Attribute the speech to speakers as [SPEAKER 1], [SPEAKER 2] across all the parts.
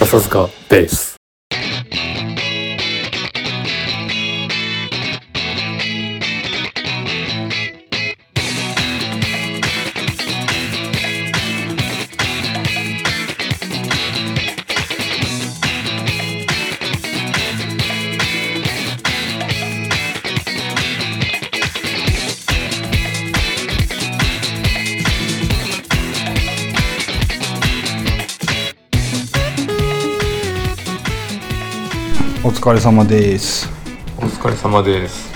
[SPEAKER 1] 笹塚ベース。
[SPEAKER 2] お疲れ様です
[SPEAKER 3] お疲れ様です。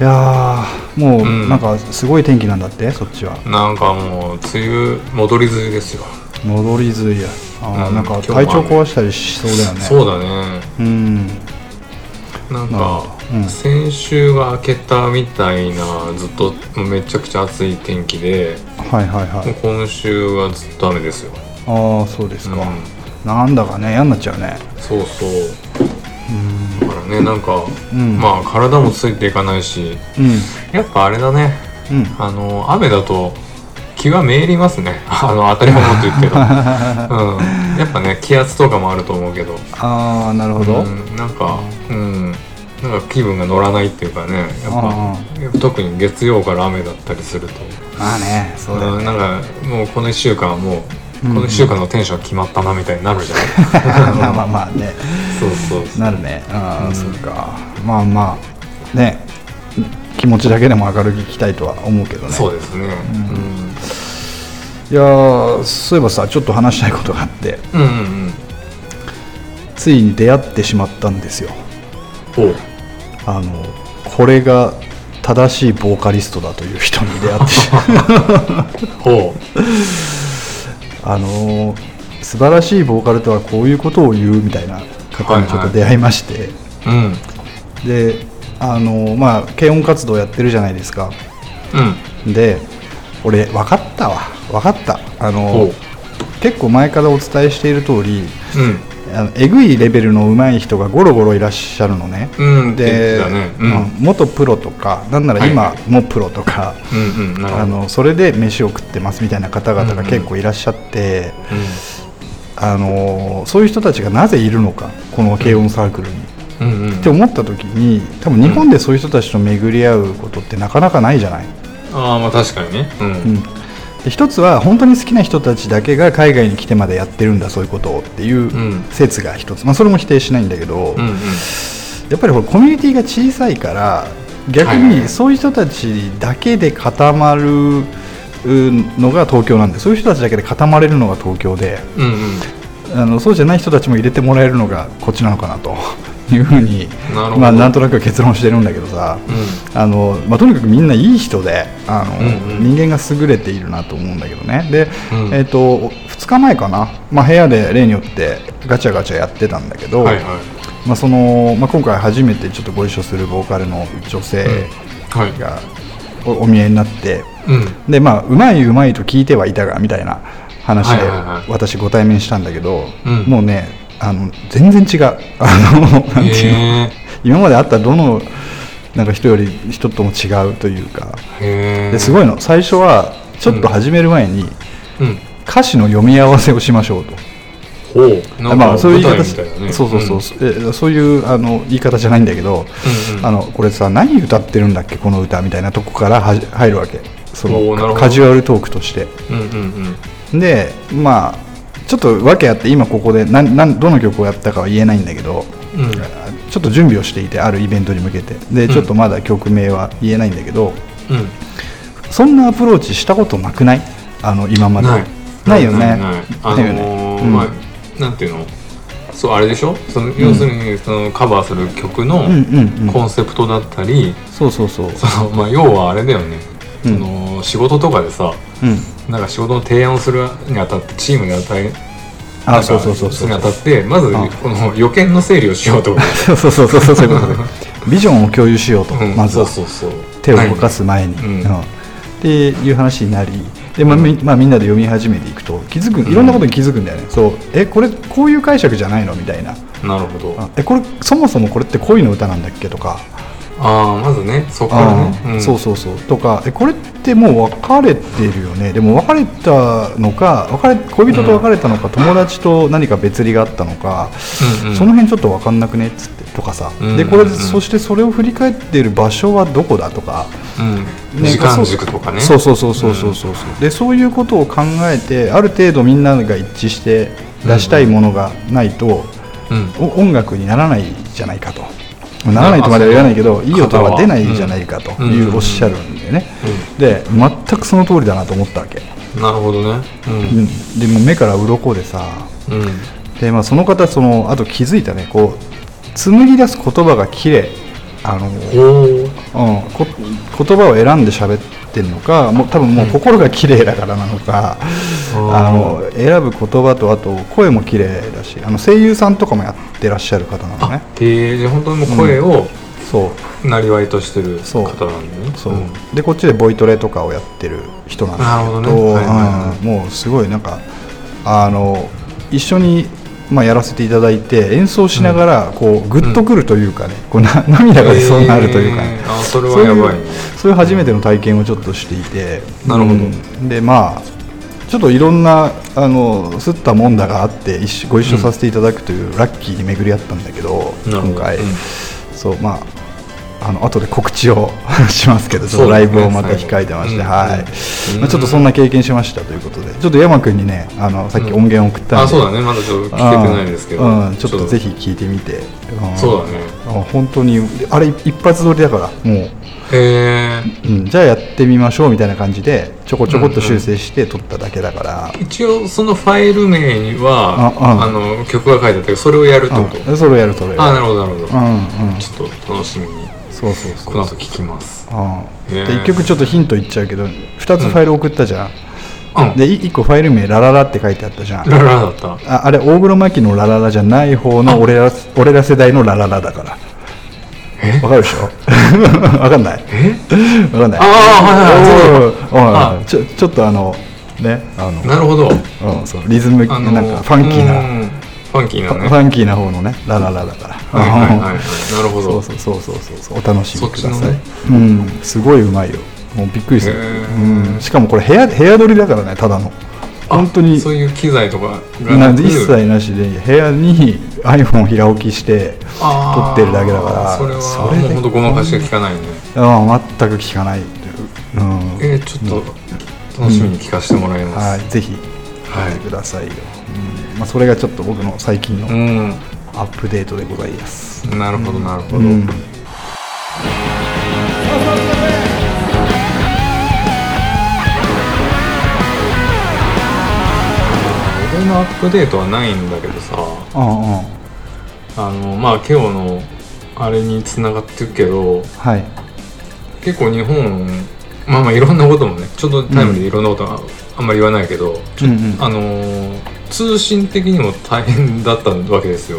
[SPEAKER 2] いやーもう
[SPEAKER 3] うん
[SPEAKER 2] なんかすごい天気なんだって、そっちは
[SPEAKER 3] なんかもう、梅雨、戻り梅雨ですよ。
[SPEAKER 2] 戻り梅雨やあー、
[SPEAKER 3] うん
[SPEAKER 2] なんか
[SPEAKER 3] 今日は
[SPEAKER 2] 体調壊したりしそうだよね
[SPEAKER 3] そうだね。
[SPEAKER 2] うん
[SPEAKER 3] なん
[SPEAKER 2] なる
[SPEAKER 3] か
[SPEAKER 2] ほ、どうん
[SPEAKER 3] 先週が明けたみたいな、ずっとめちゃくちゃ暑い天気で、
[SPEAKER 2] はいはいは
[SPEAKER 3] もう
[SPEAKER 2] い
[SPEAKER 3] 今週はずっと雨ですよ。
[SPEAKER 2] ああそうです
[SPEAKER 3] う
[SPEAKER 2] か、
[SPEAKER 3] ん。
[SPEAKER 2] なんだかね嫌になっちゃうね
[SPEAKER 3] そうそう。だからね、なんか、
[SPEAKER 2] うん
[SPEAKER 3] まあ体もついていかないし、
[SPEAKER 2] う
[SPEAKER 3] やっぱあれだね、
[SPEAKER 2] んうん
[SPEAKER 3] あの、雨だと、気がめいりますね。あの、当たり前のこと言ってるけ ど。うん。やっぱね、気圧とかもあると思うけど。
[SPEAKER 2] ああなるほど、
[SPEAKER 3] うん、なんかうんなんか気分が乗らないっていうかねやっぱやっぱ特に月曜から雨だったりすると、
[SPEAKER 2] まあねそうだよ
[SPEAKER 3] うん
[SPEAKER 2] ね
[SPEAKER 3] なんかもうこの1週間はもう、
[SPEAKER 2] うん
[SPEAKER 3] この1週間のテンション決まったなみたいになるじゃない
[SPEAKER 2] まあまあまあね
[SPEAKER 3] そうそうそう
[SPEAKER 2] なるねああ、そっかまあまあね気持ちだけでも明るく聞きたいとは思うけどね
[SPEAKER 3] そうですね
[SPEAKER 2] いやーそういえばさちょっと話したいことがあって
[SPEAKER 3] うん、うん、うんうん
[SPEAKER 2] ついに出会ってしまったんですよ
[SPEAKER 3] おう
[SPEAKER 2] あのこれが正しいボーカリストだという人に出会ってし まう
[SPEAKER 3] ほ
[SPEAKER 2] あのー素晴らしいボーカルとはこういうことを言うみたいな方にちょっと出会いまして、
[SPEAKER 3] ううん
[SPEAKER 2] であのーまあ軽音活動やってるじゃないですか
[SPEAKER 3] うん
[SPEAKER 2] で俺分かったわ分かったあ
[SPEAKER 3] ほ
[SPEAKER 2] の
[SPEAKER 3] う
[SPEAKER 2] ー結構前からお伝えしている通り
[SPEAKER 3] うん
[SPEAKER 2] あのえぐいレベルの上手い人がゴロゴロいらっしゃるのね、
[SPEAKER 3] うん
[SPEAKER 2] で、
[SPEAKER 3] だねうん
[SPEAKER 2] うん元プロとかなんなら今もプロとか、
[SPEAKER 3] うんうんなるほ
[SPEAKER 2] あ
[SPEAKER 3] ど
[SPEAKER 2] のそれで飯を食ってますみたいな方々が結構いらっしゃって、あのそういう人たちがなぜいるのかこの軽音サークルに、
[SPEAKER 3] うんうんうん
[SPEAKER 2] って思った時に多分日本でそういう人たちと巡り合うことってなかなかないじゃない、
[SPEAKER 3] ああまあ確かにねうん
[SPEAKER 2] うんで一つは本当に好きな人たちだけが海外に来てまでやってるんだそういうことをっていう
[SPEAKER 3] うん
[SPEAKER 2] 説が一つ、まあ、それも否定しないんだけど、
[SPEAKER 3] うんうん
[SPEAKER 2] やっぱりほらコミュニティが小さいから逆
[SPEAKER 3] はいはいは
[SPEAKER 2] に
[SPEAKER 3] い
[SPEAKER 2] そういう人たちだけで固まるうんのが東京なんでそういう人たちだけで固まれるのが東京で
[SPEAKER 3] うんうん
[SPEAKER 2] あのそうじゃない人たちも入れてもらえるのがこっちなのか なというふうに
[SPEAKER 3] なるほど
[SPEAKER 2] まあ、なんとなく結論してるんだけどさ、あのまあ、とにかくみんないい人であの、
[SPEAKER 3] うんうん
[SPEAKER 2] 人間が優れているなと思うんだけどねで、
[SPEAKER 3] うん
[SPEAKER 2] えー、と2日前かな、まあ、部屋で例によってガチャガチャやってたんだけど、
[SPEAKER 3] はいは
[SPEAKER 2] まあそのまあ、今回初めてちょっとご一緒するボーカルの女性
[SPEAKER 3] いはい
[SPEAKER 2] がお,、お見えになって
[SPEAKER 3] うん
[SPEAKER 2] でまあうまいうまいと聞いてはいたがみたいな話で
[SPEAKER 3] はいはいはい
[SPEAKER 2] 私ご対面したんだけど、
[SPEAKER 3] うん
[SPEAKER 2] もうねあの全然違うあのなんていうの
[SPEAKER 3] へ
[SPEAKER 2] 今まで会ったどのなんか人より人とも違うというか
[SPEAKER 3] えへえ
[SPEAKER 2] ですごいの最初はちょっと始める前に
[SPEAKER 3] うん
[SPEAKER 2] 歌詞の読み合わせをしましょうと。
[SPEAKER 3] ほうなん
[SPEAKER 2] ま
[SPEAKER 3] か
[SPEAKER 2] あ、そういう
[SPEAKER 3] 舞
[SPEAKER 2] 言い
[SPEAKER 3] 台
[SPEAKER 2] 方
[SPEAKER 3] みたいだね
[SPEAKER 2] そうそうそう、えそういうあの言い方じゃないんだけど、
[SPEAKER 3] うんうん
[SPEAKER 2] あのこれさ何歌ってるんだっけこの歌みたいなとこからはじ入るわけそ
[SPEAKER 3] おーなるほ
[SPEAKER 2] の
[SPEAKER 3] ど
[SPEAKER 2] カジュアルトークとして
[SPEAKER 3] うんうんうん
[SPEAKER 2] でまあちょっと訳あって今ここでなんなんどの曲をやったかは言えないんだけど、
[SPEAKER 3] うん
[SPEAKER 2] ちょっと準備をしていてあるイベントに向けてでちょっとまだ曲名は言えないんだけど、
[SPEAKER 3] うん
[SPEAKER 2] そんなアプローチしたことなくないあの今まで
[SPEAKER 3] ない
[SPEAKER 2] ないよね
[SPEAKER 3] ないないあの
[SPEAKER 2] だよね
[SPEAKER 3] ー
[SPEAKER 2] うん
[SPEAKER 3] まあなんていうのそうあれでしょその要するにそのカバーする曲の
[SPEAKER 2] うんうんうん
[SPEAKER 3] コンセプトだったり
[SPEAKER 2] そうそうそう
[SPEAKER 3] そのまあ要はあれだよね
[SPEAKER 2] う
[SPEAKER 3] そ
[SPEAKER 2] ん
[SPEAKER 3] の仕事とかでさ
[SPEAKER 2] うん
[SPEAKER 3] なんか仕事の提案をするにあたってチームに与えなん
[SPEAKER 2] あ
[SPEAKER 3] か
[SPEAKER 2] そうそうそうそ
[SPEAKER 3] す
[SPEAKER 2] う
[SPEAKER 3] るにあたってまず
[SPEAKER 2] ん
[SPEAKER 3] この予見の整理をしようとか
[SPEAKER 2] そうそうそうそうそういうことでビジョンを共有しようと、
[SPEAKER 3] うん
[SPEAKER 2] まずは
[SPEAKER 3] そうそうそう
[SPEAKER 2] 手を動かす前に、
[SPEAKER 3] うん
[SPEAKER 2] うんっていう話になりで、まあみまあ、みんなで読み始めていくと気づくいろんなことに気づくんだよね、そうえこれこういう解釈じゃないのみたいな
[SPEAKER 3] 何なるほど
[SPEAKER 2] あえこれそもそもこれって恋の歌なんだっけとか
[SPEAKER 3] ああまずねそこから
[SPEAKER 2] あ
[SPEAKER 3] ね、ん
[SPEAKER 2] そうそうそうとかえこれってもう別れてるよねでも別れたのか別れ恋人と別れたのか、友達と何か別離があったのか、
[SPEAKER 3] うんうん
[SPEAKER 2] その辺ちょっと分かんなくねっつってとかさ、
[SPEAKER 3] うん
[SPEAKER 2] でこれ
[SPEAKER 3] うん
[SPEAKER 2] そしてそれを振り返っている場所はどこだとか、
[SPEAKER 3] うん
[SPEAKER 2] ね
[SPEAKER 3] 時間軸とかね
[SPEAKER 2] そうそうそうそうそうそうそうでそういうことを考えてある程度みんなが一致して出したいものがないと、
[SPEAKER 3] うん
[SPEAKER 2] お音楽にならないじゃないかとならないとまでは言わないけどいい音が出ないじゃないかと
[SPEAKER 3] うんうん
[SPEAKER 2] いうおっしゃるんでねで全くその通りだなと思ったわけ、
[SPEAKER 3] うんなるほどね
[SPEAKER 2] うん、でもう目から鱗でさ
[SPEAKER 3] うんうん
[SPEAKER 2] で、まあ、その方そのあと気づいたねこう紡ぎ出す言葉が綺麗あの
[SPEAKER 3] おお
[SPEAKER 2] うん、こ言葉を選んで喋ってるのかもう多分もう心が綺麗だからなのか、
[SPEAKER 3] うん
[SPEAKER 2] あの選ぶ言葉とあと声も綺麗だしあの声優さんとかもやってらっしゃる方なのね
[SPEAKER 3] へえじゃあ本当にもう声を
[SPEAKER 2] そう
[SPEAKER 3] なりわいとしてる
[SPEAKER 2] そう
[SPEAKER 3] 方なんだね
[SPEAKER 2] そう、
[SPEAKER 3] ん
[SPEAKER 2] でこっちでボイトレとかをやってる人なんだけど
[SPEAKER 3] なるほどねはいはいはい
[SPEAKER 2] うんもうすごいなんかあの一緒に、まあ、やらせていただいて演奏しながらこうグッとくるというかね、こうな涙が出そうになるというかね、
[SPEAKER 3] えーあそれはやばいね
[SPEAKER 2] そういうそういう初めての体験をちょっとしていて
[SPEAKER 3] なるほど
[SPEAKER 2] うんでまあちょっといろんなあのすったもんだがあって一緒ご一緒させていただくというラッキーに巡り合ったんだけど、
[SPEAKER 3] なるほど
[SPEAKER 2] 今回、
[SPEAKER 3] うん
[SPEAKER 2] そうまああの後で告知をしますけどちょっ
[SPEAKER 3] そう
[SPEAKER 2] と
[SPEAKER 3] だ
[SPEAKER 2] ラ
[SPEAKER 3] ね
[SPEAKER 2] イブをまた控えてまして、
[SPEAKER 3] 最後
[SPEAKER 2] はい、
[SPEAKER 3] うん
[SPEAKER 2] まあ、ちょっとそんな経験しましたということでちょっと山君にねあのさっき音源を送ったんで、
[SPEAKER 3] あそうだねまだちょっと聞けてないですけど
[SPEAKER 2] うんうんちょっとぜひ聞いてみて、うん
[SPEAKER 3] そうだね
[SPEAKER 2] あ本当にあれ一発撮りだからもう、
[SPEAKER 3] へ
[SPEAKER 2] うん、じゃあやってみましょうみたいな感じでちょこちょこっと修正して撮っただけだから、
[SPEAKER 3] え一応そのファイル名には
[SPEAKER 2] あうん
[SPEAKER 3] あの曲が書いてあったけどそれをやるってこ
[SPEAKER 2] う
[SPEAKER 3] と
[SPEAKER 2] んそれをやるそれをや
[SPEAKER 3] あ
[SPEAKER 2] る
[SPEAKER 3] なるほどなるほど
[SPEAKER 2] うんうん
[SPEAKER 3] ちょっと楽しみに
[SPEAKER 2] そうそうそう
[SPEAKER 3] この後聞きます
[SPEAKER 2] うん
[SPEAKER 3] へえ
[SPEAKER 2] で一曲ちょっとヒント言っちゃうけど2つファイル送ったじゃん、
[SPEAKER 3] うん
[SPEAKER 2] で1個ファイル名「ラララ」って書いてあったじゃん
[SPEAKER 3] ラララだった
[SPEAKER 2] ああれ大黒摩季の「ラララ」じゃない方の俺ら俺ら世代の「ラララ」だから
[SPEAKER 3] え
[SPEAKER 2] わかるで しょわかんない
[SPEAKER 3] え
[SPEAKER 2] わかんないおいおいおいおい
[SPEAKER 3] ああはいはい
[SPEAKER 2] ちょちょっとあのねあの、
[SPEAKER 3] なるほど
[SPEAKER 2] うん、そうリズム
[SPEAKER 3] あ
[SPEAKER 2] なんかファンキーな
[SPEAKER 3] うんファンキーな
[SPEAKER 2] フ
[SPEAKER 3] ね
[SPEAKER 2] ァンキーな方のね「ラララ」だから、
[SPEAKER 3] はいはいはいはいなるほ
[SPEAKER 2] そう
[SPEAKER 3] ど
[SPEAKER 2] そうそうそうそうそうお楽しみくだ
[SPEAKER 3] そっち
[SPEAKER 2] さ
[SPEAKER 3] の
[SPEAKER 2] い、
[SPEAKER 3] ね
[SPEAKER 2] うんすごいうまいよもうびっくりする、
[SPEAKER 3] へー
[SPEAKER 2] うん、しかもこれ部屋部屋撮りだからねただの
[SPEAKER 3] あ
[SPEAKER 2] 本当に
[SPEAKER 3] そういう機材とかが
[SPEAKER 2] な
[SPEAKER 3] なんく
[SPEAKER 2] で一切なしで部屋に iPhone を平置きして撮
[SPEAKER 3] あー
[SPEAKER 2] ってるだけだから
[SPEAKER 3] それは
[SPEAKER 2] それで
[SPEAKER 3] もうほんとごまかしが効かないね
[SPEAKER 2] あー全く聞かないという、うん
[SPEAKER 3] えーちょっと楽しみに聞かせてもらいま
[SPEAKER 2] は
[SPEAKER 3] す
[SPEAKER 2] い、ぜひ
[SPEAKER 3] は
[SPEAKER 2] 見てくださいよ、うんまあ、それがちょっと僕の最近の
[SPEAKER 3] う
[SPEAKER 2] アップデートでございます、
[SPEAKER 3] んなるほどなるほど
[SPEAKER 2] うん
[SPEAKER 3] 俺のアップデートはないんだけどさ
[SPEAKER 2] うんうん
[SPEAKER 3] あのまあ今日のあれにつながってるけど
[SPEAKER 2] はい
[SPEAKER 3] 結構日本まあまあいろんなこともねちょっとタイムでいろんなことはあんまり言わないけど、
[SPEAKER 2] うんうん
[SPEAKER 3] あのー通信的にも大変だったわけですよ、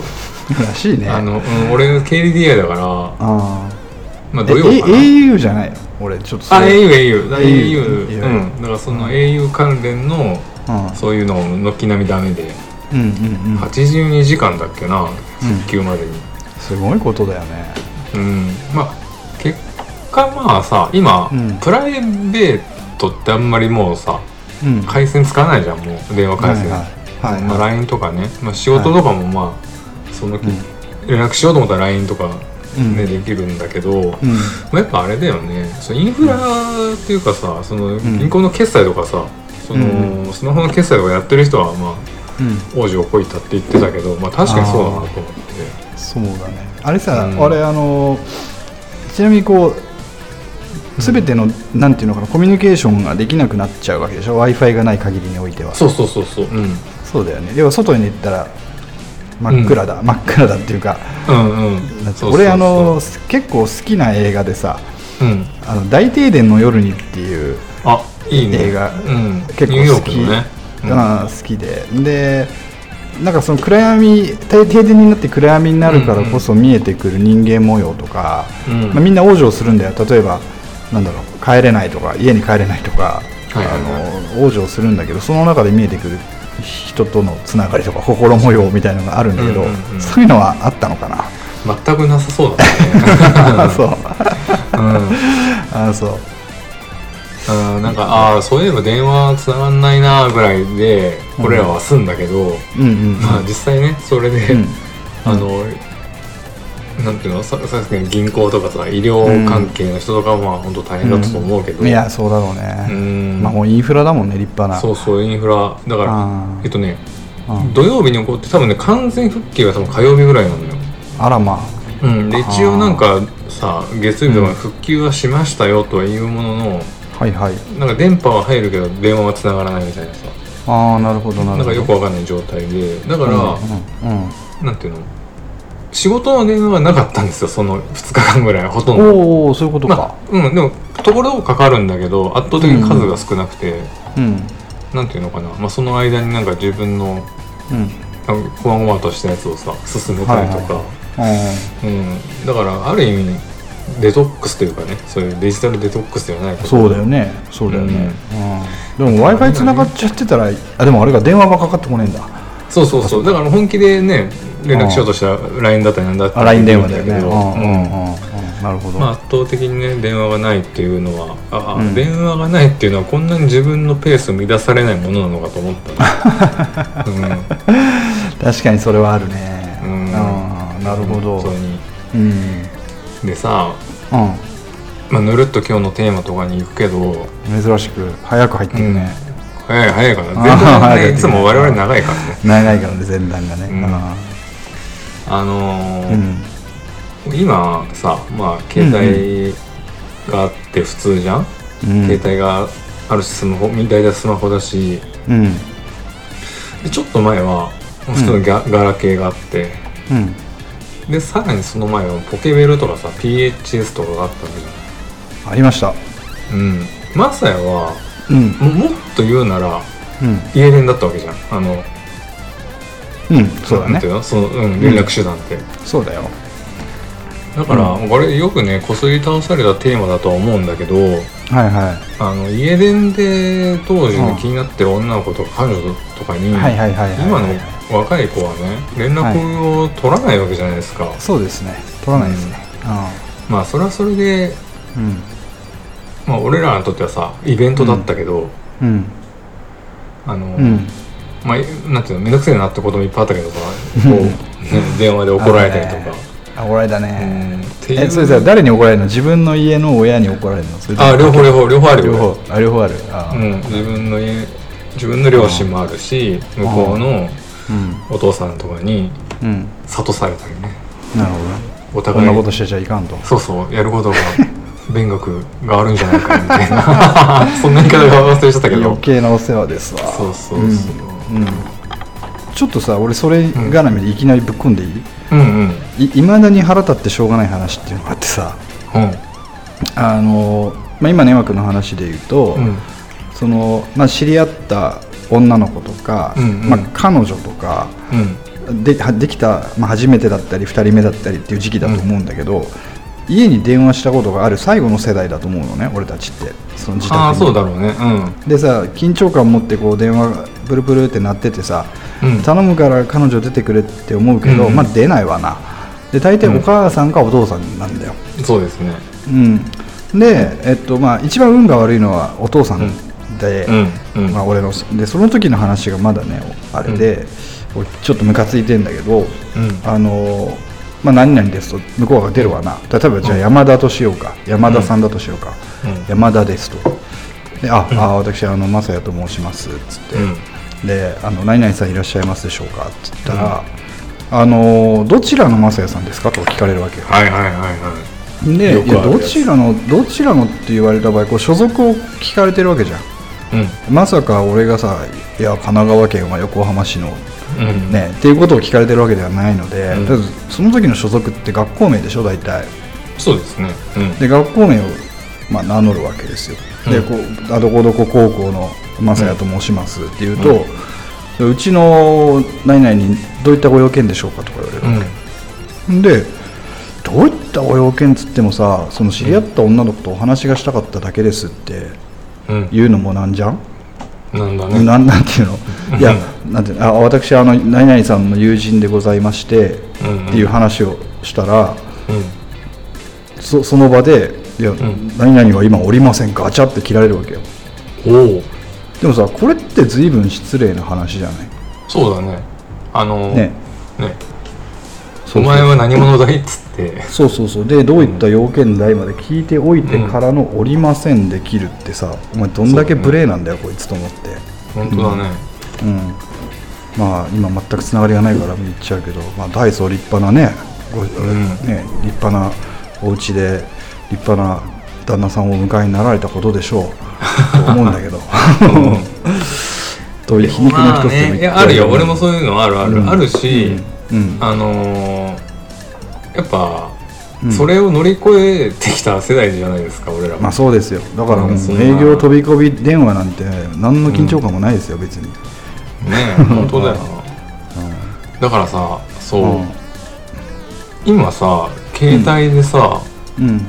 [SPEAKER 2] らしいね
[SPEAKER 3] あの、うん、俺 KDDI だから
[SPEAKER 2] あ
[SPEAKER 3] まあ
[SPEAKER 2] ー
[SPEAKER 3] 土曜
[SPEAKER 2] え
[SPEAKER 3] かな
[SPEAKER 2] au じゃないの俺ちょっとそ
[SPEAKER 3] あ
[SPEAKER 2] れ
[SPEAKER 3] auau だ
[SPEAKER 2] au
[SPEAKER 3] au うんだからその au 関連の
[SPEAKER 2] うん
[SPEAKER 3] そういうのを軒並みダメで
[SPEAKER 2] うんうんうん
[SPEAKER 3] 82時間だっけな復旧までに
[SPEAKER 2] すごいことだよね
[SPEAKER 3] うんまあ結果まあさ今、
[SPEAKER 2] うん
[SPEAKER 3] プライベートってあんまりもうさ
[SPEAKER 2] うん
[SPEAKER 3] 回線つかないじゃんもう電話回線、
[SPEAKER 2] はいはいはい
[SPEAKER 3] まあ、
[SPEAKER 2] はい
[SPEAKER 3] LINE とかね、まあ、仕事とかもまあその、
[SPEAKER 2] ん
[SPEAKER 3] 連絡しようと思ったら LINE とか、ね
[SPEAKER 2] うん
[SPEAKER 3] できるんだけど、ま
[SPEAKER 2] うん
[SPEAKER 3] あ、やっぱあれだよねそのインフラっていうかさその
[SPEAKER 2] ん
[SPEAKER 3] 銀行の決済とかさその、
[SPEAKER 2] うん
[SPEAKER 3] スマホの決済とかやってる人はまあ
[SPEAKER 2] うん
[SPEAKER 3] 往生をこいたって言ってたけど、まあ、確かにそうだなと思って
[SPEAKER 2] そうだねあれさ、
[SPEAKER 3] うん
[SPEAKER 2] あれあのちなみにこうすべての、なんていうのかなコミュニケーションができなくなっちゃうわけでしょ w i f i がない限りにおいては
[SPEAKER 3] そうそうそうそううん
[SPEAKER 2] そうだよね要は外に行ったら真っ暗だ、真っ暗だっていうか
[SPEAKER 3] うんうん
[SPEAKER 2] だって
[SPEAKER 3] そうそうそう
[SPEAKER 2] 俺あの結構好きな映画でさ
[SPEAKER 3] うん
[SPEAKER 2] 「あの大停電の夜に」っていう
[SPEAKER 3] あいいね
[SPEAKER 2] 映画
[SPEAKER 3] うん、
[SPEAKER 2] 結
[SPEAKER 3] ニューヨ
[SPEAKER 2] 構
[SPEAKER 3] ー
[SPEAKER 2] 好
[SPEAKER 3] ク
[SPEAKER 2] き、
[SPEAKER 3] のね、うん
[SPEAKER 2] あー好きででなんかその暗闇停停電になって暗闇になるからこそ見えてくる人間模様とか、
[SPEAKER 3] うん
[SPEAKER 2] まあ、みんな往生するんだよ例えばなんだろう帰れないとか家に帰れないとか、
[SPEAKER 3] はいはいは
[SPEAKER 2] あの往生するんだけどその中で見えてくる人とのつながりとか心模様みたいなのがあるんだけど、
[SPEAKER 3] うんうんうん
[SPEAKER 2] そういうのはあったのかな、
[SPEAKER 3] 全くなさそうだったね
[SPEAKER 2] そうああそう
[SPEAKER 3] うん、なんかああそういえば電話つながんないなぐらいで俺らは済んだけど、
[SPEAKER 2] うんうん
[SPEAKER 3] まあ実際ねそれで、
[SPEAKER 2] うん
[SPEAKER 3] あのなんていうのささっきの銀行とかさ医療関係の人とかはまあ本当大変だったと思うけど、
[SPEAKER 2] うんいやそうだろうね、
[SPEAKER 3] うん
[SPEAKER 2] まあもうインフラだもんね立派な
[SPEAKER 3] そうそうインフラだか
[SPEAKER 2] あー
[SPEAKER 3] らえっとね
[SPEAKER 2] うん
[SPEAKER 3] 土曜日に起こって多分ね完全復帰が多分火曜日ぐらいなのよ
[SPEAKER 2] あらまあ
[SPEAKER 3] うん、で一応なんかさ月曜日とか復旧はしましたよとは言うものの、
[SPEAKER 2] はいはい
[SPEAKER 3] なんか電波は入るけど電話は繋がらないみたいなさ
[SPEAKER 2] ああなるほどなる
[SPEAKER 3] なん
[SPEAKER 2] ほ
[SPEAKER 3] か
[SPEAKER 2] ど
[SPEAKER 3] よくわかんない状態でだか
[SPEAKER 2] う
[SPEAKER 3] ら、
[SPEAKER 2] んうんうん
[SPEAKER 3] なんていうの仕事の電話がなかったんですよその2日間ぐらいはほとんど
[SPEAKER 2] おおそういうことか、
[SPEAKER 3] まあうんでもところどころかかるんだけど圧倒的に数が少なくて、
[SPEAKER 2] うん
[SPEAKER 3] なんていうのかな、まあ、その間になんか自分の
[SPEAKER 2] うん
[SPEAKER 3] なんかこまごまとしたやつをさ進めたりとか、
[SPEAKER 2] は
[SPEAKER 3] うん、だからある意味デトックスというかねそういうデジタルデトックスではないこと
[SPEAKER 2] そうだよねそうだよね、うんでも w i f i つながっちゃってたらあでもあれが電話はかかってこねえんだ
[SPEAKER 3] そうそうそうだから本気でね連絡しようとしたら LINE だったりなんだった
[SPEAKER 2] あ LINE
[SPEAKER 3] り
[SPEAKER 2] 電話だよね
[SPEAKER 3] できるんだけ
[SPEAKER 2] うん
[SPEAKER 3] ど
[SPEAKER 2] うん
[SPEAKER 3] うん
[SPEAKER 2] うんうんなるほど、
[SPEAKER 3] まあ、圧倒的にね電話がないっていうのはああ、
[SPEAKER 2] うん
[SPEAKER 3] 電話がないっていうのはこんなに自分のペースを乱されないものなのかと 思ったね、
[SPEAKER 2] 確かにそれはあるね
[SPEAKER 3] うん
[SPEAKER 2] あーなるほど
[SPEAKER 3] 本当に
[SPEAKER 2] うんうん
[SPEAKER 3] でさ、まあ、ぬるっと今日のテーマとかに行くけど
[SPEAKER 2] 珍しく早く入ってくね、
[SPEAKER 3] 早い早いから
[SPEAKER 2] あー
[SPEAKER 3] 前段が
[SPEAKER 2] 早い
[SPEAKER 3] ねいつも我々長いからね
[SPEAKER 2] 長いからね前段がね
[SPEAKER 3] うんあの
[SPEAKER 2] うんう
[SPEAKER 3] ー
[SPEAKER 2] ん
[SPEAKER 3] 今さまあ携帯があって普通じゃん、
[SPEAKER 2] うん
[SPEAKER 3] 携帯があるしスマホ大体スマホだし
[SPEAKER 2] うん
[SPEAKER 3] でちょっと前はもう普通のギャ、ガラケーがあって
[SPEAKER 2] うん
[SPEAKER 3] でさらにその前はポケベルとかさ PHS とかがあったわけじ
[SPEAKER 2] ありました
[SPEAKER 3] ゃんうんマサヤは
[SPEAKER 2] うん
[SPEAKER 3] ももっと言うなら
[SPEAKER 2] うん
[SPEAKER 3] 家電だったわけじゃんあの
[SPEAKER 2] うんそうだ
[SPEAKER 3] なん
[SPEAKER 2] ね
[SPEAKER 3] ていうのその、うん、連絡手段って、
[SPEAKER 2] そうだよ
[SPEAKER 3] だから、これよくねこすり倒されたテーマだとは思うんだけど
[SPEAKER 2] はいは
[SPEAKER 3] あの家電で当時の気になってる女の子とか彼女とかに、
[SPEAKER 2] いはいはいはいはい
[SPEAKER 3] 今の若い子はね連絡を取らないわけじゃないですか、
[SPEAKER 2] そうですね取らないですね
[SPEAKER 3] まあそれはそれで、
[SPEAKER 2] うん
[SPEAKER 3] まあ、俺らにとってはさイベントだったけど、
[SPEAKER 2] うん
[SPEAKER 3] あの、
[SPEAKER 2] うん
[SPEAKER 3] まあなんていうの面倒くせえなってこともいっぱいあったけどさこう、ね、電話で怒られたりとか、
[SPEAKER 2] あ怒られたね
[SPEAKER 3] うんっていう
[SPEAKER 2] えそれさ誰に怒られるの自分の家の親に怒られるのそれとも
[SPEAKER 3] あ両方両方両方あるよ
[SPEAKER 2] 両方あ両方あるあ
[SPEAKER 3] うん、自分の家自分の両親もあるし向こうの
[SPEAKER 2] うん
[SPEAKER 3] お父さんとかに
[SPEAKER 2] うん
[SPEAKER 3] 諭されたりね
[SPEAKER 2] なるほどね
[SPEAKER 3] お
[SPEAKER 2] こん
[SPEAKER 3] 互
[SPEAKER 2] なこ
[SPEAKER 3] い
[SPEAKER 2] としてちゃいかんと
[SPEAKER 3] そうそうやることが勉学があるんじゃないかみた いなそんな言い方が忘れちゃったけど
[SPEAKER 2] 余計なお世話ですわ
[SPEAKER 3] そうそうそう、
[SPEAKER 2] うんちょっとさ俺それ絡みでいきなりぶっ込んでいい
[SPEAKER 3] うん、うんうん
[SPEAKER 2] いまだに腹立ってしょうがない話っていうのがあってさあの、まあ、今の音楽の話で言うと、
[SPEAKER 3] うん
[SPEAKER 2] そのまあ、知り合った女の子とか、
[SPEAKER 3] うんうん
[SPEAKER 2] まあ、彼女とか
[SPEAKER 3] うん
[SPEAKER 2] ではできた、まあ、初めてだったり2人目だったりっていう時期だと思うんだけど、家に電話したことがある最後の世代だと思うのね俺たちってその自宅に
[SPEAKER 3] ああそうだろうねう
[SPEAKER 2] でさ緊張感持ってこう電話がブルブルって鳴っててさ、
[SPEAKER 3] うん
[SPEAKER 2] 頼むから彼女出てくれって思うけど、
[SPEAKER 3] うんうん
[SPEAKER 2] まあ出ないわなで大体お母さんかお父さんなんだよ、
[SPEAKER 3] んそうですね
[SPEAKER 2] うん、で、えっとまあ、一番運が悪いのはお父さんで、
[SPEAKER 3] うんうん
[SPEAKER 2] まあ、俺のでその時の話がまだねあれで、こうちょっとムカついてんだけど、
[SPEAKER 3] うん
[SPEAKER 2] あのまあ、何々ですと向こうが出るわな例えばじゃあ山田としようか、山田さんだとしようか、
[SPEAKER 3] うん
[SPEAKER 2] 山田ですとであ、あ私あの正也と申しますっつって、
[SPEAKER 3] うん
[SPEAKER 2] であの何々さんいらっしゃいますでしょうかっつったら、あのどちらの正也さんですかと聞かれるわけよ
[SPEAKER 3] はいはいはいはい
[SPEAKER 2] で
[SPEAKER 3] よ
[SPEAKER 2] い
[SPEAKER 3] く
[SPEAKER 2] や
[SPEAKER 3] あるや
[SPEAKER 2] ど
[SPEAKER 3] つ
[SPEAKER 2] ちらのどちらのって言われた場合こう所属を聞かれてるわけじゃん
[SPEAKER 3] う
[SPEAKER 2] まさか俺がさいや神奈川県は横浜市の、
[SPEAKER 3] んうん
[SPEAKER 2] ねっていうことを聞かれてるわけではないので、
[SPEAKER 3] うん
[SPEAKER 2] とりあえずその時の所属って学校名でしょ大体
[SPEAKER 3] そうですねうん
[SPEAKER 2] で学校名を、まあ、名乗るわけですよ、で
[SPEAKER 3] うん
[SPEAKER 2] こうあどこどこ高校の正也と申しますって言うと、うちの何々にどういったご用件でしょうかとか言われるわけ、
[SPEAKER 3] うん
[SPEAKER 2] でどういったご用件っつってもさその知り合った女の子とお話がしたかっただけですって
[SPEAKER 3] うん
[SPEAKER 2] 言うのもなんじゃん、
[SPEAKER 3] なんだね
[SPEAKER 2] なんなんていうのいやなんていうのあ私あの何々さんの友人でございまして、
[SPEAKER 3] うんうん
[SPEAKER 2] っていう話をしたら
[SPEAKER 3] うん
[SPEAKER 2] そその場でいや、
[SPEAKER 3] ん
[SPEAKER 2] 何々は今おりませんガチャって切られるわけよ
[SPEAKER 3] おお
[SPEAKER 2] でもさこれって随分失礼な話じゃない
[SPEAKER 3] そうだねあの
[SPEAKER 2] ね
[SPEAKER 3] ね
[SPEAKER 2] そうそう
[SPEAKER 3] お前は何者だいっつって
[SPEAKER 2] そうそうそうでどういった要件でまで聞いておいてからの「おりません」で切るってさお前どんだけ無礼なんだよ、こいつと思って
[SPEAKER 3] 本当だね、
[SPEAKER 2] うんまあ今全くつながりがないから言っちゃうけど、まあ、大層立派なねご
[SPEAKER 3] ん
[SPEAKER 2] ね立派なお家で立派な旦那さんをお迎えになられたことでしょうと思うんだ けどという皮肉の
[SPEAKER 3] まあ
[SPEAKER 2] 一つでも言っ
[SPEAKER 3] ねい
[SPEAKER 2] て
[SPEAKER 3] やあるよ俺もそういうのあるある、
[SPEAKER 2] うん
[SPEAKER 3] あるし、
[SPEAKER 2] うん
[SPEAKER 3] あのーやっぱ、
[SPEAKER 2] うん
[SPEAKER 3] それを乗り越えてきた世代じゃないですか俺らは、
[SPEAKER 2] まあそうですよだからもう
[SPEAKER 3] うんそう
[SPEAKER 2] 営業飛び込み電話なんて何の緊張感もないですよ別に、
[SPEAKER 3] ね え本当だよな、だからさそう、今さ携帯でさ、
[SPEAKER 2] うん、うん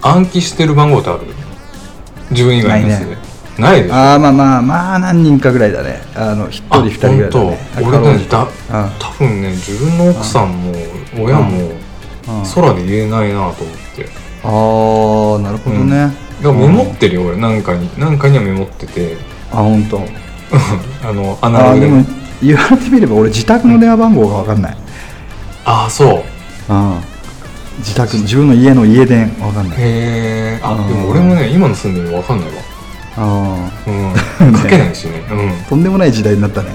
[SPEAKER 3] 暗記してる番号ってある自分以外のやつ
[SPEAKER 2] ない
[SPEAKER 3] でないでしょ
[SPEAKER 2] ああまあまあまあ何人かぐらいだねあの一人二人ぐらいだね
[SPEAKER 3] 本当
[SPEAKER 2] あかろう
[SPEAKER 3] 俺
[SPEAKER 2] じ
[SPEAKER 3] ね
[SPEAKER 2] て
[SPEAKER 3] だ多分ね自分の奥さんも親も
[SPEAKER 2] うんうん
[SPEAKER 3] 空で言えないなと思ってだか
[SPEAKER 2] ああなるほどね、
[SPEAKER 3] らメモってるよ俺なんかになんかにはメモってて
[SPEAKER 2] あ本当。
[SPEAKER 3] あのアナ
[SPEAKER 2] あー
[SPEAKER 3] ログ
[SPEAKER 2] で
[SPEAKER 3] で
[SPEAKER 2] も
[SPEAKER 3] も
[SPEAKER 2] 言われてみれば俺自宅の電話番号が分かんない、
[SPEAKER 3] ああそう
[SPEAKER 2] うん、自宅自分の家の家電分かんない
[SPEAKER 3] へえあ
[SPEAKER 2] うん
[SPEAKER 3] でも俺もね今の住んでるの分かんないわ
[SPEAKER 2] あ
[SPEAKER 3] うん書けないしねうん、うん、
[SPEAKER 2] ーとんでもない時代になったね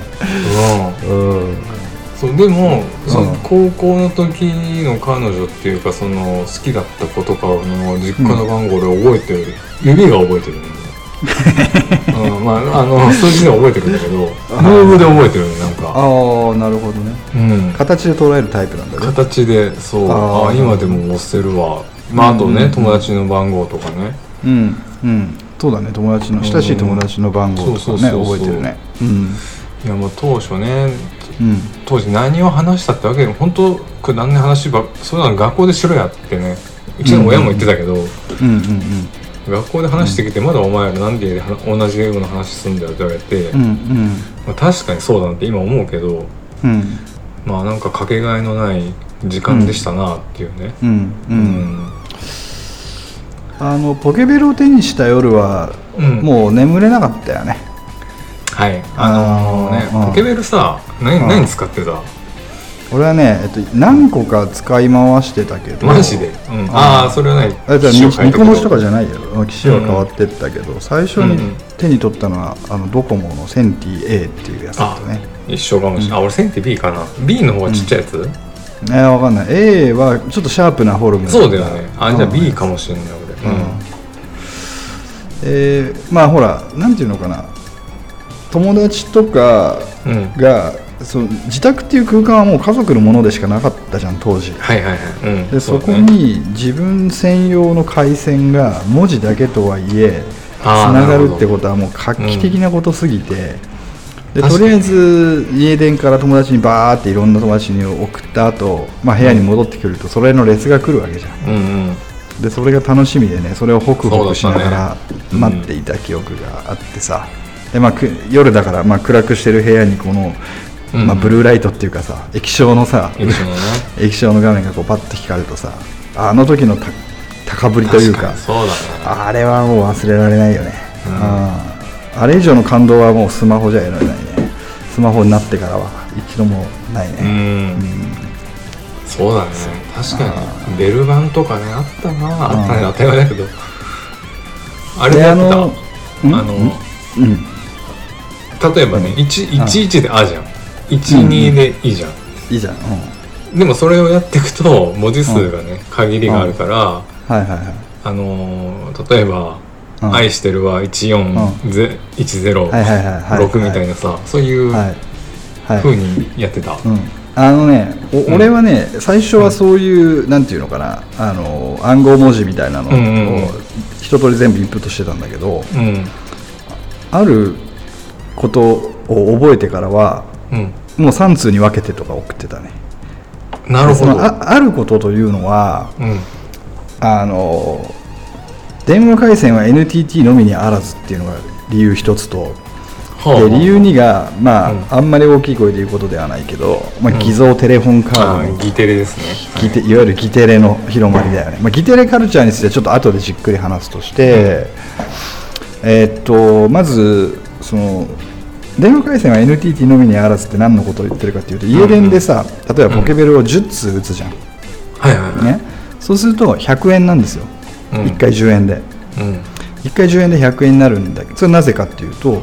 [SPEAKER 2] うん
[SPEAKER 3] そうでも、その
[SPEAKER 2] うん
[SPEAKER 3] 高校の時の彼女っていうかその好きだった子とかの実家の番号で覚えてる、指が覚えてるんだよね うん、まああの数字では覚えてるんだけどムーブで覚えてるねなんか、
[SPEAKER 2] ああなるほどね
[SPEAKER 3] うん、
[SPEAKER 2] 形で捉えるタイプなんだね
[SPEAKER 3] 形でそう
[SPEAKER 2] あー
[SPEAKER 3] ああ今でも押せるわまああと
[SPEAKER 2] うんうんう
[SPEAKER 3] ね
[SPEAKER 2] ん
[SPEAKER 3] 友達の番号とかね
[SPEAKER 2] うんうんそうだね友達の親しい友達の番号
[SPEAKER 3] そ
[SPEAKER 2] と
[SPEAKER 3] う
[SPEAKER 2] か
[SPEAKER 3] そう
[SPEAKER 2] ね
[SPEAKER 3] そうそう
[SPEAKER 2] 覚えてるねうん
[SPEAKER 3] いやもう当初ね
[SPEAKER 2] うん
[SPEAKER 3] 当時何を話したってわけでも本当これ何の話ばそういうの学校でしろやってねうちの親も言ってたけど、
[SPEAKER 2] うん
[SPEAKER 3] 学校で話してきて、まだお前らなんで同じような話すんだよって言われて、
[SPEAKER 2] うんうんうん
[SPEAKER 3] まあ、確かにそうだなって今思うけど
[SPEAKER 2] うん
[SPEAKER 3] まあなんかかけがえのない時間でしたなっていうね
[SPEAKER 2] うんうんう
[SPEAKER 3] うん
[SPEAKER 2] あのポケベルを手にした夜は
[SPEAKER 3] うん
[SPEAKER 2] もう眠れなかったよね
[SPEAKER 3] はいあの
[SPEAKER 2] あー
[SPEAKER 3] ね
[SPEAKER 2] うん
[SPEAKER 3] ポケベルさ何
[SPEAKER 2] うん
[SPEAKER 3] 何使ってた
[SPEAKER 2] 俺はね、えっと、何個か使い回してたけど
[SPEAKER 3] マジで、うん、ああそれはない
[SPEAKER 2] あじゃあ
[SPEAKER 3] 機種を変え
[SPEAKER 2] 2
[SPEAKER 3] た
[SPEAKER 2] 個
[SPEAKER 3] こ
[SPEAKER 2] 文字とかじゃないよ機種は変わってったけど、最初
[SPEAKER 3] うんう
[SPEAKER 2] に
[SPEAKER 3] ん
[SPEAKER 2] 手に取ったのは、あのドコモの 1000TA っていうやつだったね
[SPEAKER 3] 一緒かもしれない、あ俺センテ B かな B の方がちっちゃいやつ、
[SPEAKER 2] えー、わかんない A はちょっとシャープなフォルム
[SPEAKER 3] そうだよねあじゃ
[SPEAKER 2] う
[SPEAKER 3] あ
[SPEAKER 2] ん
[SPEAKER 3] B かもしれない俺うん、
[SPEAKER 2] えーまあほらなんていうのかな友達とか
[SPEAKER 3] うん
[SPEAKER 2] が、その自宅っていう空間はもう家族のものでしかなかったじゃん当時
[SPEAKER 3] はいはいはい、うん、
[SPEAKER 2] で
[SPEAKER 3] そう
[SPEAKER 2] そ
[SPEAKER 3] だ
[SPEAKER 2] こ
[SPEAKER 3] ね
[SPEAKER 2] に自分専用の回線が文字だけとはいえつ
[SPEAKER 3] あー
[SPEAKER 2] なが
[SPEAKER 3] なる
[SPEAKER 2] る
[SPEAKER 3] ほど
[SPEAKER 2] ってことはもう画期的なことすぎて、で
[SPEAKER 3] 確かに
[SPEAKER 2] とりあえず家電から友達にバーっていろんな友達に送った後、まあ部屋に戻ってくるとそれの列が来るわけじゃん
[SPEAKER 3] うんうん
[SPEAKER 2] でそれが楽しみでねそれをホクホクしながら
[SPEAKER 3] そうだったね
[SPEAKER 2] 待っていた記憶があってさ、でまあ、く夜だから、まあ、暗くしてる部屋にこの、
[SPEAKER 3] うん
[SPEAKER 2] まあ、ブルーライトっていうかさ液晶のさ
[SPEAKER 3] 一緒のね
[SPEAKER 2] 液晶の画面がこうパッと光るとさあの時のた高ぶりという
[SPEAKER 3] 確
[SPEAKER 2] か
[SPEAKER 3] にそうだね
[SPEAKER 2] あれはもう忘れられないよね、うんあれ以上の感動はもうスマホじゃ得られないねスマホになってからは一度もないね、
[SPEAKER 3] そうだね確かにベル版とかねあったなあったね当たり前だけどあれで
[SPEAKER 2] で
[SPEAKER 3] や
[SPEAKER 2] あ
[SPEAKER 3] ってたあ
[SPEAKER 2] のうん
[SPEAKER 3] の
[SPEAKER 2] うん
[SPEAKER 3] 例えばね11で「あ」じゃん12で「い」じゃん
[SPEAKER 2] いいじゃん、うん、はい
[SPEAKER 3] でもそれをやっていくと文字数がね限りがあるから
[SPEAKER 2] はいはい
[SPEAKER 3] あのー例えば「
[SPEAKER 2] うん
[SPEAKER 3] 愛してる」は
[SPEAKER 2] はいはいはいはい
[SPEAKER 3] 14106みたいなさそういう
[SPEAKER 2] はいはい
[SPEAKER 3] 風にやってた
[SPEAKER 2] うん、あのねお、
[SPEAKER 3] ん
[SPEAKER 2] 俺はね最初はそういう、なんていうのかなあの暗号文字みたいなのを、
[SPEAKER 3] うんうんうん
[SPEAKER 2] 一通り全部インプットしてたんだけど
[SPEAKER 3] うん
[SPEAKER 2] あることを覚えてからは
[SPEAKER 3] うん
[SPEAKER 2] もう3通に分けてとか送ってたね
[SPEAKER 3] なる
[SPEAKER 2] で
[SPEAKER 3] ほ
[SPEAKER 2] その
[SPEAKER 3] ど
[SPEAKER 2] ああることというのは
[SPEAKER 3] うん
[SPEAKER 2] あの電話回線は NTT のみにあらずっていうのが理由一つと
[SPEAKER 3] はあはあ
[SPEAKER 2] で理由2が、まあ
[SPEAKER 3] うん
[SPEAKER 2] あんまり大きい声で言うことではないけど、まあ、
[SPEAKER 3] うん
[SPEAKER 2] 偽造テレホンカード
[SPEAKER 3] あ
[SPEAKER 2] の
[SPEAKER 3] ーギテレですね
[SPEAKER 2] ギテいわゆるギテレの広まりだよね、まあ、ギテレカルチャーについてはちょっと後でじっくり話すとして、えーっとまずその電話回線は NTT のみにあらずって何のことを言ってるかっていうと家電でさ例えばポケベルを10通打つじゃん、
[SPEAKER 3] はいはいはい
[SPEAKER 2] ね、そうすると100円なんですよ、
[SPEAKER 3] うん
[SPEAKER 2] 1回10円で
[SPEAKER 3] うん
[SPEAKER 2] 1回10円で100円になるんだけどそれなぜかっていうと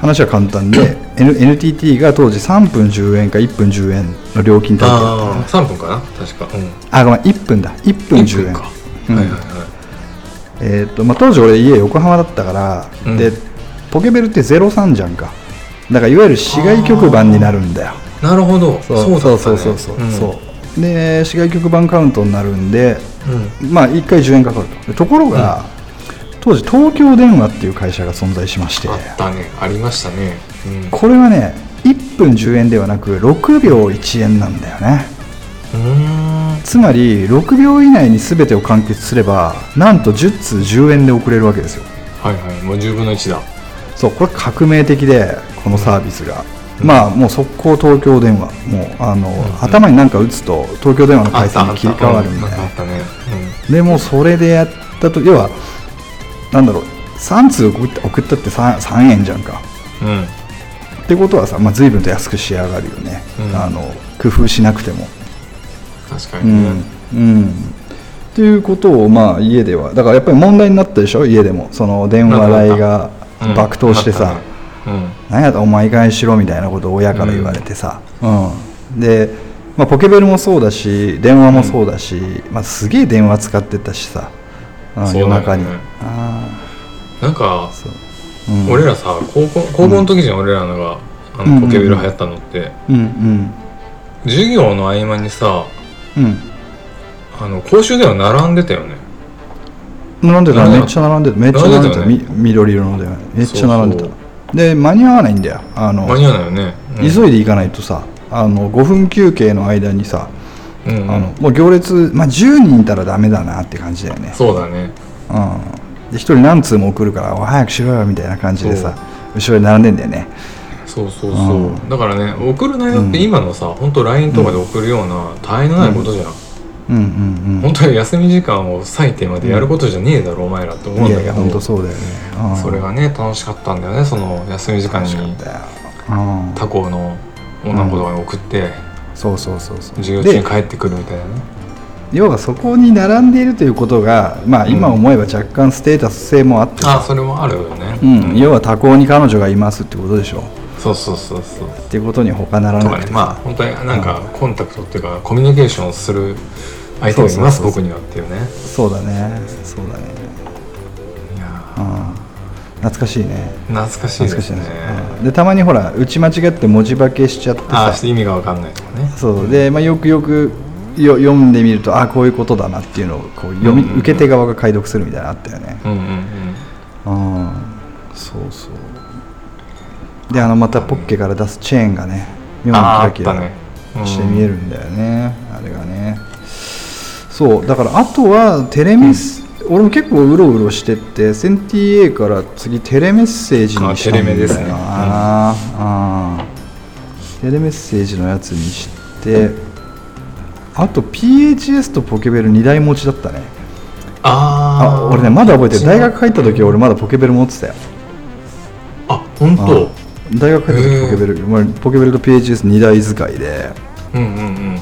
[SPEAKER 2] 話は簡単で N- NTT が当時3分10円か1分10円の料金体系だった
[SPEAKER 3] ああ3分かな確かうん
[SPEAKER 2] あごめん1分だ1分10円
[SPEAKER 3] 一か
[SPEAKER 2] うん
[SPEAKER 3] はいはいはい
[SPEAKER 2] えーっとまあ、当時俺家横浜だったから、
[SPEAKER 3] うん
[SPEAKER 2] でポケベルって03じゃんかだからいわゆる市外局番になるんだよ
[SPEAKER 3] なるほど
[SPEAKER 2] そうそうそう
[SPEAKER 3] だ
[SPEAKER 2] そ
[SPEAKER 3] ったね
[SPEAKER 2] うそう、で市外局番カウントになるんで
[SPEAKER 3] うんうん
[SPEAKER 2] まあ1回10円かかるとでところが、当時東京電話っていう会社が存在しまして
[SPEAKER 3] あったねありましたねうん
[SPEAKER 2] これはね1分10円ではなく6秒1円なんだよね
[SPEAKER 3] うん
[SPEAKER 2] つまり6秒以内に全てを完結すればなんと10通10円で送れるわけですよ
[SPEAKER 3] はいはいもう10分の1だ
[SPEAKER 2] そうこれ革命的でこのサービスが、
[SPEAKER 3] うん
[SPEAKER 2] まあもう速攻東京電話もうあの、
[SPEAKER 3] ん
[SPEAKER 2] 頭に何か打つと東京電話の
[SPEAKER 3] あ
[SPEAKER 2] 回
[SPEAKER 3] った
[SPEAKER 2] 線に
[SPEAKER 3] あった
[SPEAKER 2] 切り替わるん
[SPEAKER 3] う
[SPEAKER 2] だよ
[SPEAKER 3] あったね
[SPEAKER 2] でもうそれでやったと要はなんだろう3通送った送ったって 3, 3円じゃんか
[SPEAKER 3] うんうん
[SPEAKER 2] ってことはさ、まあ、随分と安く仕上がるよね、
[SPEAKER 3] うん
[SPEAKER 2] あの工夫しなくても
[SPEAKER 3] 確か
[SPEAKER 2] う
[SPEAKER 3] にね
[SPEAKER 2] ん、うん、っていうことをまあ家ではだからやっぱり問題になったでしょ家でもその電話代が
[SPEAKER 3] うん
[SPEAKER 2] 爆投してさ、
[SPEAKER 3] あったね
[SPEAKER 2] なんやったらお前いい加減しろみたいなことを親から言われてさ、うんで、まあ、ポケベルもそうだし電話もそうだし、まあ、すげえ電話使ってたしさ、うん
[SPEAKER 3] そうだよ
[SPEAKER 2] 夜
[SPEAKER 3] ね
[SPEAKER 2] 中にあ
[SPEAKER 3] うんなんか
[SPEAKER 2] あそう、うん、
[SPEAKER 3] 俺らさ高校高校の時じゃん俺らのがあ
[SPEAKER 2] うんうんうん
[SPEAKER 3] のポケベル流行ったのって
[SPEAKER 2] うんうん
[SPEAKER 3] 授業の合間にさ
[SPEAKER 2] うん
[SPEAKER 3] あの公衆電話並んでたよね
[SPEAKER 2] 並んでた
[SPEAKER 3] 並んで
[SPEAKER 2] め
[SPEAKER 3] た
[SPEAKER 2] っちゃ並んでためっちゃ並んでた
[SPEAKER 3] 並んで
[SPEAKER 2] み緑色の電話めっちゃ並んで
[SPEAKER 3] そう
[SPEAKER 2] たで間に合わないんだよあの
[SPEAKER 3] 間に合わないよね
[SPEAKER 2] 急いで行かないとさあの5分休憩の間にさ、
[SPEAKER 3] うんうん
[SPEAKER 2] あのもう行列、まあ、10人いたらダメだなって感じだよね
[SPEAKER 3] そうだね
[SPEAKER 2] うん、で1人何通も送るからおい早くしろよみたいな感じでさ後ろに並んでんだよね
[SPEAKER 3] そうそうそう、
[SPEAKER 2] うん
[SPEAKER 3] だからね送る内容って今のさ、ほんと LINE とかで送るような大変のないことじゃん、
[SPEAKER 2] うんうん
[SPEAKER 3] 本当に休み時間を割いてまでやることじゃねえだろ、お前らって
[SPEAKER 2] うん
[SPEAKER 3] 思う
[SPEAKER 2] い
[SPEAKER 3] ん
[SPEAKER 2] や
[SPEAKER 3] だ
[SPEAKER 2] い
[SPEAKER 3] け
[SPEAKER 2] や
[SPEAKER 3] ど
[SPEAKER 2] 本当そうだよね、うん、
[SPEAKER 3] それがね楽しかったんだよねその休み時間
[SPEAKER 2] 楽しかっ
[SPEAKER 3] に
[SPEAKER 2] たよ、うん、
[SPEAKER 3] 他校の女の子とかに送って、
[SPEAKER 2] そうそうそうそう
[SPEAKER 3] 授業中
[SPEAKER 2] で
[SPEAKER 3] に帰ってくるみたいなね
[SPEAKER 2] 要はそこに並んでいるということが、まあ、
[SPEAKER 3] うん
[SPEAKER 2] 今思えば若干ステータス性もあって
[SPEAKER 3] あ
[SPEAKER 2] さ、
[SPEAKER 3] それもあるよね
[SPEAKER 2] うん要は他校に彼女がいますってことでしょ
[SPEAKER 3] そうそうそうそう
[SPEAKER 2] っていうことに他なら
[SPEAKER 3] と
[SPEAKER 2] な
[SPEAKER 3] か
[SPEAKER 2] く
[SPEAKER 3] ね
[SPEAKER 2] て
[SPEAKER 3] まあ
[SPEAKER 2] さ、
[SPEAKER 3] 本当になんかコンタクトっていうかコミュニケーションをする相手がいます僕にはっていうね
[SPEAKER 2] そうだねそうだね、
[SPEAKER 3] いや
[SPEAKER 2] うん、懐かしいね
[SPEAKER 3] ー懐かしい
[SPEAKER 2] 懐
[SPEAKER 3] で
[SPEAKER 2] かしい
[SPEAKER 3] すね
[SPEAKER 2] ね、うんでたまにほら打ち間違って文字化けしちゃって
[SPEAKER 3] あ
[SPEAKER 2] さ
[SPEAKER 3] あ意味がわかんないとかね
[SPEAKER 2] そうで、まあ、よくよくよ読んでみるとあこういうことだなっていうのをこう読み、
[SPEAKER 3] うんうんうん
[SPEAKER 2] 受け手側が解読するみたいなのあったよね
[SPEAKER 3] うんうんうん
[SPEAKER 2] うんそうそうであのまたポッケから出すチェーンがね妙に
[SPEAKER 3] あああ
[SPEAKER 2] キ
[SPEAKER 3] っ
[SPEAKER 2] ラキラ
[SPEAKER 3] たねうん
[SPEAKER 2] して見えるんだよね、あれがねそうだからあとはテレメッセ、俺も結構うろうろしてって SNTA から次テレメッセージにしたんだよな
[SPEAKER 3] あテレメですねうん
[SPEAKER 2] ああテレメッセージのやつにしてあと PHS とポケベル2台持ちだったね
[SPEAKER 3] あ
[SPEAKER 2] あ
[SPEAKER 3] あ
[SPEAKER 2] 俺ねまだ覚えてる大学
[SPEAKER 3] 入
[SPEAKER 2] 入った時は俺まだポケベル持ってたよ
[SPEAKER 3] あ本
[SPEAKER 2] うん
[SPEAKER 3] 当
[SPEAKER 2] 大学入った時ポケベル、まあポケベルと PHS2 台使いで
[SPEAKER 3] うんうんうん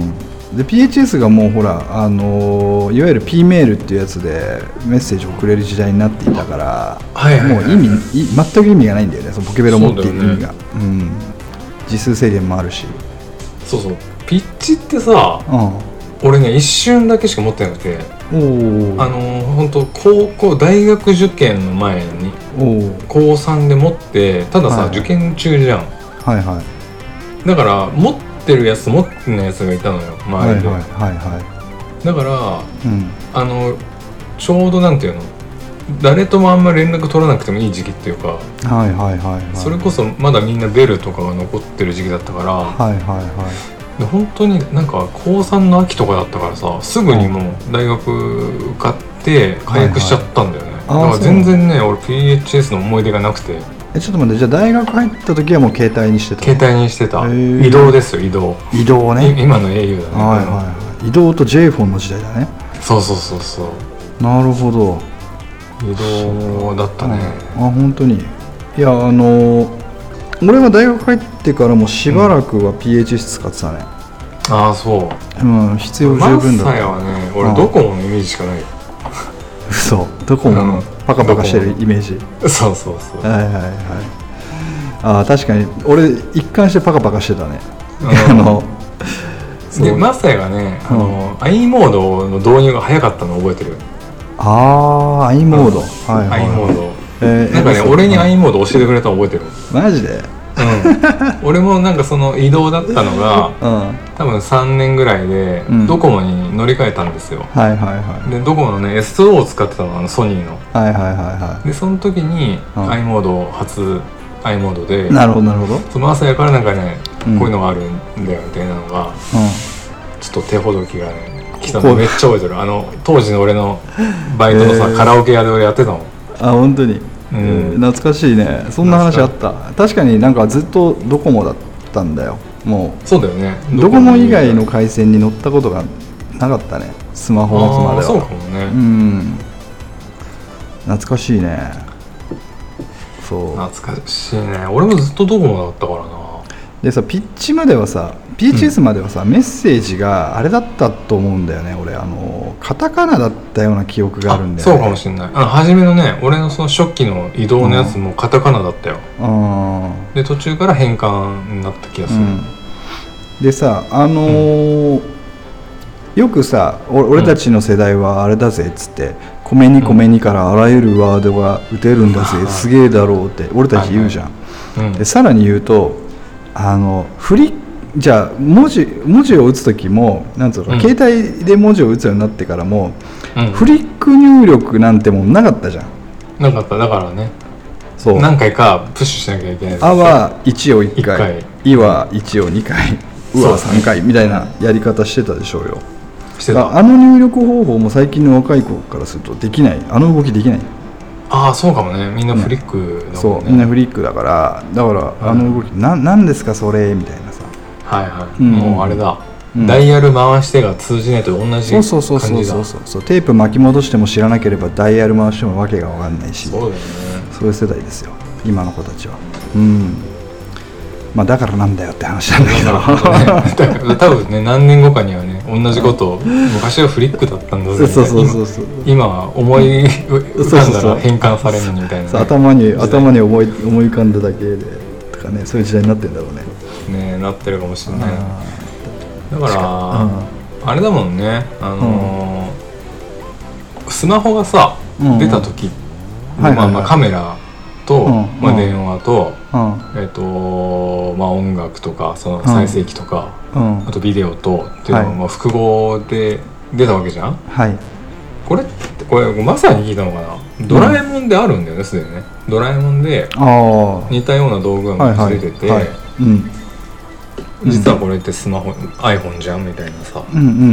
[SPEAKER 2] うん、で PHS がもうほら、あのーいわゆる P メールっていうやつでメッセージを送れる時代になっていたから、
[SPEAKER 3] はいはいはい
[SPEAKER 2] もう意味い全く意味がないんだよねそのポケベルを持っている意
[SPEAKER 3] そうだよね
[SPEAKER 2] 味がう、ん、時数制限もあるし、
[SPEAKER 3] そうそうピッチってさ
[SPEAKER 2] うん、お
[SPEAKER 3] 俺ね一瞬だけしか持ってなくて
[SPEAKER 2] ー
[SPEAKER 3] あのー本当高校大学受験の前に
[SPEAKER 2] おー
[SPEAKER 3] 高3で持ってたださ、
[SPEAKER 2] はい
[SPEAKER 3] 受験中じゃん
[SPEAKER 2] はいはい
[SPEAKER 3] だから持ってるやつと持ってないやつがいたのよ
[SPEAKER 2] はい
[SPEAKER 3] 周
[SPEAKER 2] は
[SPEAKER 3] り
[SPEAKER 2] い
[SPEAKER 3] で、
[SPEAKER 2] はいは
[SPEAKER 3] だから
[SPEAKER 2] い、うん、
[SPEAKER 3] あのちょうどなんていうの誰ともあんま連絡取らなくてもいい時期っていうか
[SPEAKER 2] はいはいはいはい
[SPEAKER 3] それこそまだみんなベルとかが残ってる時期だったから
[SPEAKER 2] はいはいはい
[SPEAKER 3] で本当になんか高3の秋とかだったからさすぐにもう大学受かって解約しちゃったんだよ
[SPEAKER 2] はい
[SPEAKER 3] ね、
[SPEAKER 2] はいあー
[SPEAKER 3] だから全然ね俺 PHS の思い出がなくて
[SPEAKER 2] えちょっと待ってじゃあ大学入った時はもう携帯にしてた
[SPEAKER 3] 携帯にしてた
[SPEAKER 2] へー
[SPEAKER 3] 移動ですよ移動
[SPEAKER 2] 移動
[SPEAKER 3] い
[SPEAKER 2] ね
[SPEAKER 3] 今の au だね、
[SPEAKER 2] はいはいはい移動と j フォンの時代だね
[SPEAKER 3] そうそうそうそう
[SPEAKER 2] なるほど
[SPEAKER 3] 移動だったね、
[SPEAKER 2] あ本当にいやあの俺は大学入ってからもしばらくは PH 室使ってたね
[SPEAKER 3] ああそう
[SPEAKER 2] うん、必要
[SPEAKER 3] マ
[SPEAKER 2] 十分
[SPEAKER 3] ッ
[SPEAKER 2] だ
[SPEAKER 3] サイ
[SPEAKER 2] った
[SPEAKER 3] はね
[SPEAKER 2] う
[SPEAKER 3] 俺
[SPEAKER 2] ん
[SPEAKER 3] ドコモのイメージしかない
[SPEAKER 2] 嘘どこも
[SPEAKER 3] うん
[SPEAKER 2] パカパカしてるイメージ
[SPEAKER 3] そうそうそう
[SPEAKER 2] はいはいはいあー確かに俺一貫してパカパカしてたね
[SPEAKER 3] うん
[SPEAKER 2] あの
[SPEAKER 3] でマッサイはねあの、i モードの導入が早かったの覚えてる
[SPEAKER 2] あー i モード、はいはい
[SPEAKER 3] i モード
[SPEAKER 2] えー
[SPEAKER 3] なんかね
[SPEAKER 2] えー
[SPEAKER 3] 俺に i モード教えてくれたの覚えてる、
[SPEAKER 2] マジで
[SPEAKER 3] うん、 俺もなんかその移動だったのが
[SPEAKER 2] うんはい
[SPEAKER 3] 多分3年ぐらいで
[SPEAKER 2] うん
[SPEAKER 3] ドコモに乗り換えたんですよ、
[SPEAKER 2] はいはい
[SPEAKER 3] でドコモのね S2 を使ってたのあのソニーの
[SPEAKER 2] はいはいはいは
[SPEAKER 3] でその時に
[SPEAKER 2] うん
[SPEAKER 3] i モード初 i モードで
[SPEAKER 2] いなるほどなるほど、
[SPEAKER 3] その朝やからなんかね、
[SPEAKER 2] うん
[SPEAKER 3] こういうのがあるんだよみたいなの
[SPEAKER 2] う
[SPEAKER 3] がちょっと手ほどきがね来たのめっちゃ覚えてるあの当時の俺のバイトのさ、
[SPEAKER 2] えー
[SPEAKER 3] カラオケ屋で俺やってたの
[SPEAKER 2] ん、あ本当に、
[SPEAKER 3] うん
[SPEAKER 2] えー懐かしいねそんな話あった確かになんかずっとドコモだったんだよも
[SPEAKER 3] そうだよね
[SPEAKER 2] うドコモ以外の回線に乗ったことがなかったねスマホ持つまで
[SPEAKER 3] あー
[SPEAKER 2] は
[SPEAKER 3] そうかもね、
[SPEAKER 2] うん懐かしいねそう
[SPEAKER 3] 懐かしいね俺もずっとドコモだったからな
[SPEAKER 2] でさピッチまではさ PHS まではさ、メッセージがあれだったと思うんだよね俺あのカタカナだったような記憶があるんだよね
[SPEAKER 3] そうかもしれないあの初めのね俺のその初期の移動のやつもカタカナだったよ、
[SPEAKER 2] うん
[SPEAKER 3] で途中から変換になった気がする、
[SPEAKER 2] でさあのーよくさお俺たちの世代はあれだぜっつって「米に米に」からあらゆるワードが打てるんだぜ、
[SPEAKER 3] うん
[SPEAKER 2] すげえだろうって俺たち言うじゃん、
[SPEAKER 3] うん
[SPEAKER 2] でさらに言うとあの振りじゃあ文字文字を打つ時もなんつうの、
[SPEAKER 3] うん
[SPEAKER 2] 携帯で文字を打つようになってからも、
[SPEAKER 3] うん
[SPEAKER 2] フリック入力なんてもうなかったじゃん
[SPEAKER 3] なかっただからね
[SPEAKER 2] そう
[SPEAKER 3] 何回かプッシュしなきゃいけない
[SPEAKER 2] 「あ」は1を1回
[SPEAKER 3] 一回
[SPEAKER 2] 「い」は1を2回「う」は
[SPEAKER 3] そうですね
[SPEAKER 2] 3回みたいなやり方してたでしょうよ
[SPEAKER 3] して
[SPEAKER 2] だか
[SPEAKER 3] た
[SPEAKER 2] らあの入力方法も最近の若い子からするとできないあの動きできない
[SPEAKER 3] ああそうかもねみんなフリックだ
[SPEAKER 2] そ
[SPEAKER 3] も
[SPEAKER 2] うんみん
[SPEAKER 3] ね、
[SPEAKER 2] なフリックだからだからあの動きななんですかそれみたいなさ
[SPEAKER 3] はいは
[SPEAKER 2] う
[SPEAKER 3] い、
[SPEAKER 2] ん
[SPEAKER 3] もうあれだ、
[SPEAKER 2] うん
[SPEAKER 3] ダイヤル回してが通じないと同
[SPEAKER 2] そ
[SPEAKER 3] じ感
[SPEAKER 2] う
[SPEAKER 3] じだ
[SPEAKER 2] そうそうそうそうそうそうテープ巻き戻しても知らなければダイヤル回してもわけが分かんないし
[SPEAKER 3] そうだよね
[SPEAKER 2] そういう世代ですよ今の子たちはうんまあだからなんだよって話なんだけど
[SPEAKER 3] だからねだから多分ね何年後かにはね同じことを昔はフリックだったんだぜみたい
[SPEAKER 2] そう
[SPEAKER 3] な
[SPEAKER 2] そうそうそう
[SPEAKER 3] 今今は思い
[SPEAKER 2] そう
[SPEAKER 3] 浮
[SPEAKER 2] そう
[SPEAKER 3] かんだら変換されるみたいな、
[SPEAKER 2] そう
[SPEAKER 3] ね、
[SPEAKER 2] 頭に頭に思い思い浮かんだだけでとかねそういう時代になってんだろうね
[SPEAKER 3] ねなってるかもしれない
[SPEAKER 2] あ
[SPEAKER 3] だから、あれだもんねあのースマホがさ、
[SPEAKER 2] うん
[SPEAKER 3] 出た時、
[SPEAKER 2] はいはいはい
[SPEAKER 3] まあまあカメラと、
[SPEAKER 2] うんう
[SPEAKER 3] まあ、
[SPEAKER 2] ん
[SPEAKER 3] 電話と、
[SPEAKER 2] ー
[SPEAKER 3] えっ、とまあ音楽とかその再生機とか、
[SPEAKER 2] うんうん
[SPEAKER 3] あとビデオとっていうのが、
[SPEAKER 2] はい
[SPEAKER 3] まあ、複合で出たわけじゃん
[SPEAKER 2] はい
[SPEAKER 3] これってこれまさに聞いたのかなドラえもんであるんだよねすでにねドラえもんで
[SPEAKER 2] ああは
[SPEAKER 3] 似たような道具
[SPEAKER 2] い
[SPEAKER 3] が
[SPEAKER 2] はい
[SPEAKER 3] 出てて、
[SPEAKER 2] はいうん
[SPEAKER 3] 実はこれってスマホ iPhone じゃんみたいなさ
[SPEAKER 2] うんうんうんう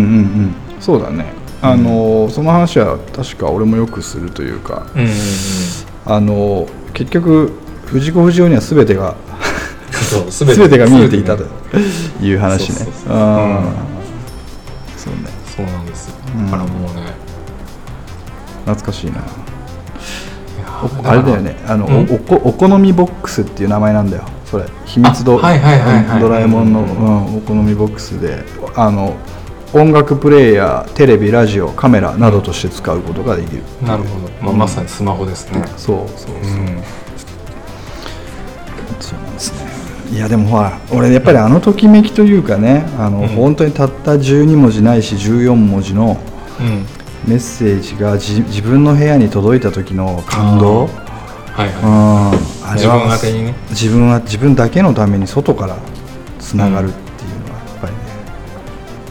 [SPEAKER 2] んそうだねあのーその話は確か俺もよくするというか
[SPEAKER 3] うんうんうん
[SPEAKER 2] あの結局藤子不二雄には全てが
[SPEAKER 3] そうすべ
[SPEAKER 2] 全てが見えていたという話
[SPEAKER 3] そ
[SPEAKER 2] ね
[SPEAKER 3] うそうそう
[SPEAKER 2] あーそうね
[SPEAKER 3] そうなんですよ
[SPEAKER 2] うん
[SPEAKER 3] だからもうね
[SPEAKER 2] 懐かしいない
[SPEAKER 3] や
[SPEAKER 2] お
[SPEAKER 3] ー
[SPEAKER 2] あれだよねあの
[SPEAKER 3] うん
[SPEAKER 2] おおこお好みボックスっていう名前なんだよそれ秘密ド
[SPEAKER 3] あはいはいはいはい
[SPEAKER 2] ドラえもんの、
[SPEAKER 3] うんう
[SPEAKER 2] うん、お好みボックスであの音楽プレイヤーテレビラジオカメラなどとして使うことができる
[SPEAKER 3] なるほど、まあ、まさにスマホですね
[SPEAKER 2] そうそう
[SPEAKER 3] うん、
[SPEAKER 2] そうなんですねいやでもほら俺やっぱりあのときめきというかねあの、本当にたった12文字ないし14文字の
[SPEAKER 3] うん、
[SPEAKER 2] メッセージがじ自分の部屋に届いた時の感動
[SPEAKER 3] はいはい、
[SPEAKER 2] うんあれ
[SPEAKER 3] 自
[SPEAKER 2] は
[SPEAKER 3] 分宛てにね
[SPEAKER 2] 自分は自分だけのために外からつながるっていうのはやっぱりね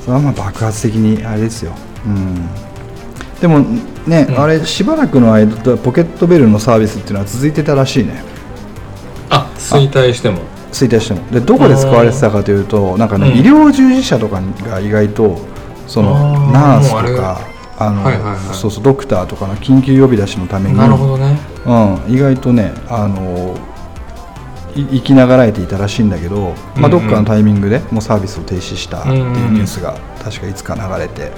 [SPEAKER 2] それはまあ爆発的にあれですよ、うん、でもね、
[SPEAKER 3] うん
[SPEAKER 2] あれしばらくの間ポケットベルのサービスっていうのは続いてたらしいね
[SPEAKER 3] あ衰退しても
[SPEAKER 2] 衰退してもでどこで使われてたかというとなんかね、
[SPEAKER 3] うん
[SPEAKER 2] 医療従事者とかが意外とそ
[SPEAKER 3] あ
[SPEAKER 2] の
[SPEAKER 3] ー
[SPEAKER 2] ナース
[SPEAKER 3] もうあれ
[SPEAKER 2] とかあの、
[SPEAKER 3] はいはいはい
[SPEAKER 2] そうそうドクターとかの緊急呼び出しのために
[SPEAKER 3] なるほどね
[SPEAKER 2] うん、意外とねあのい生きながらえていたらしいんだけど、ま
[SPEAKER 3] うんう
[SPEAKER 2] あ、
[SPEAKER 3] ん
[SPEAKER 2] どっかのタイミングでもうサービスを停止したっていう
[SPEAKER 3] うんうん
[SPEAKER 2] ニュースが確かいつか流れて、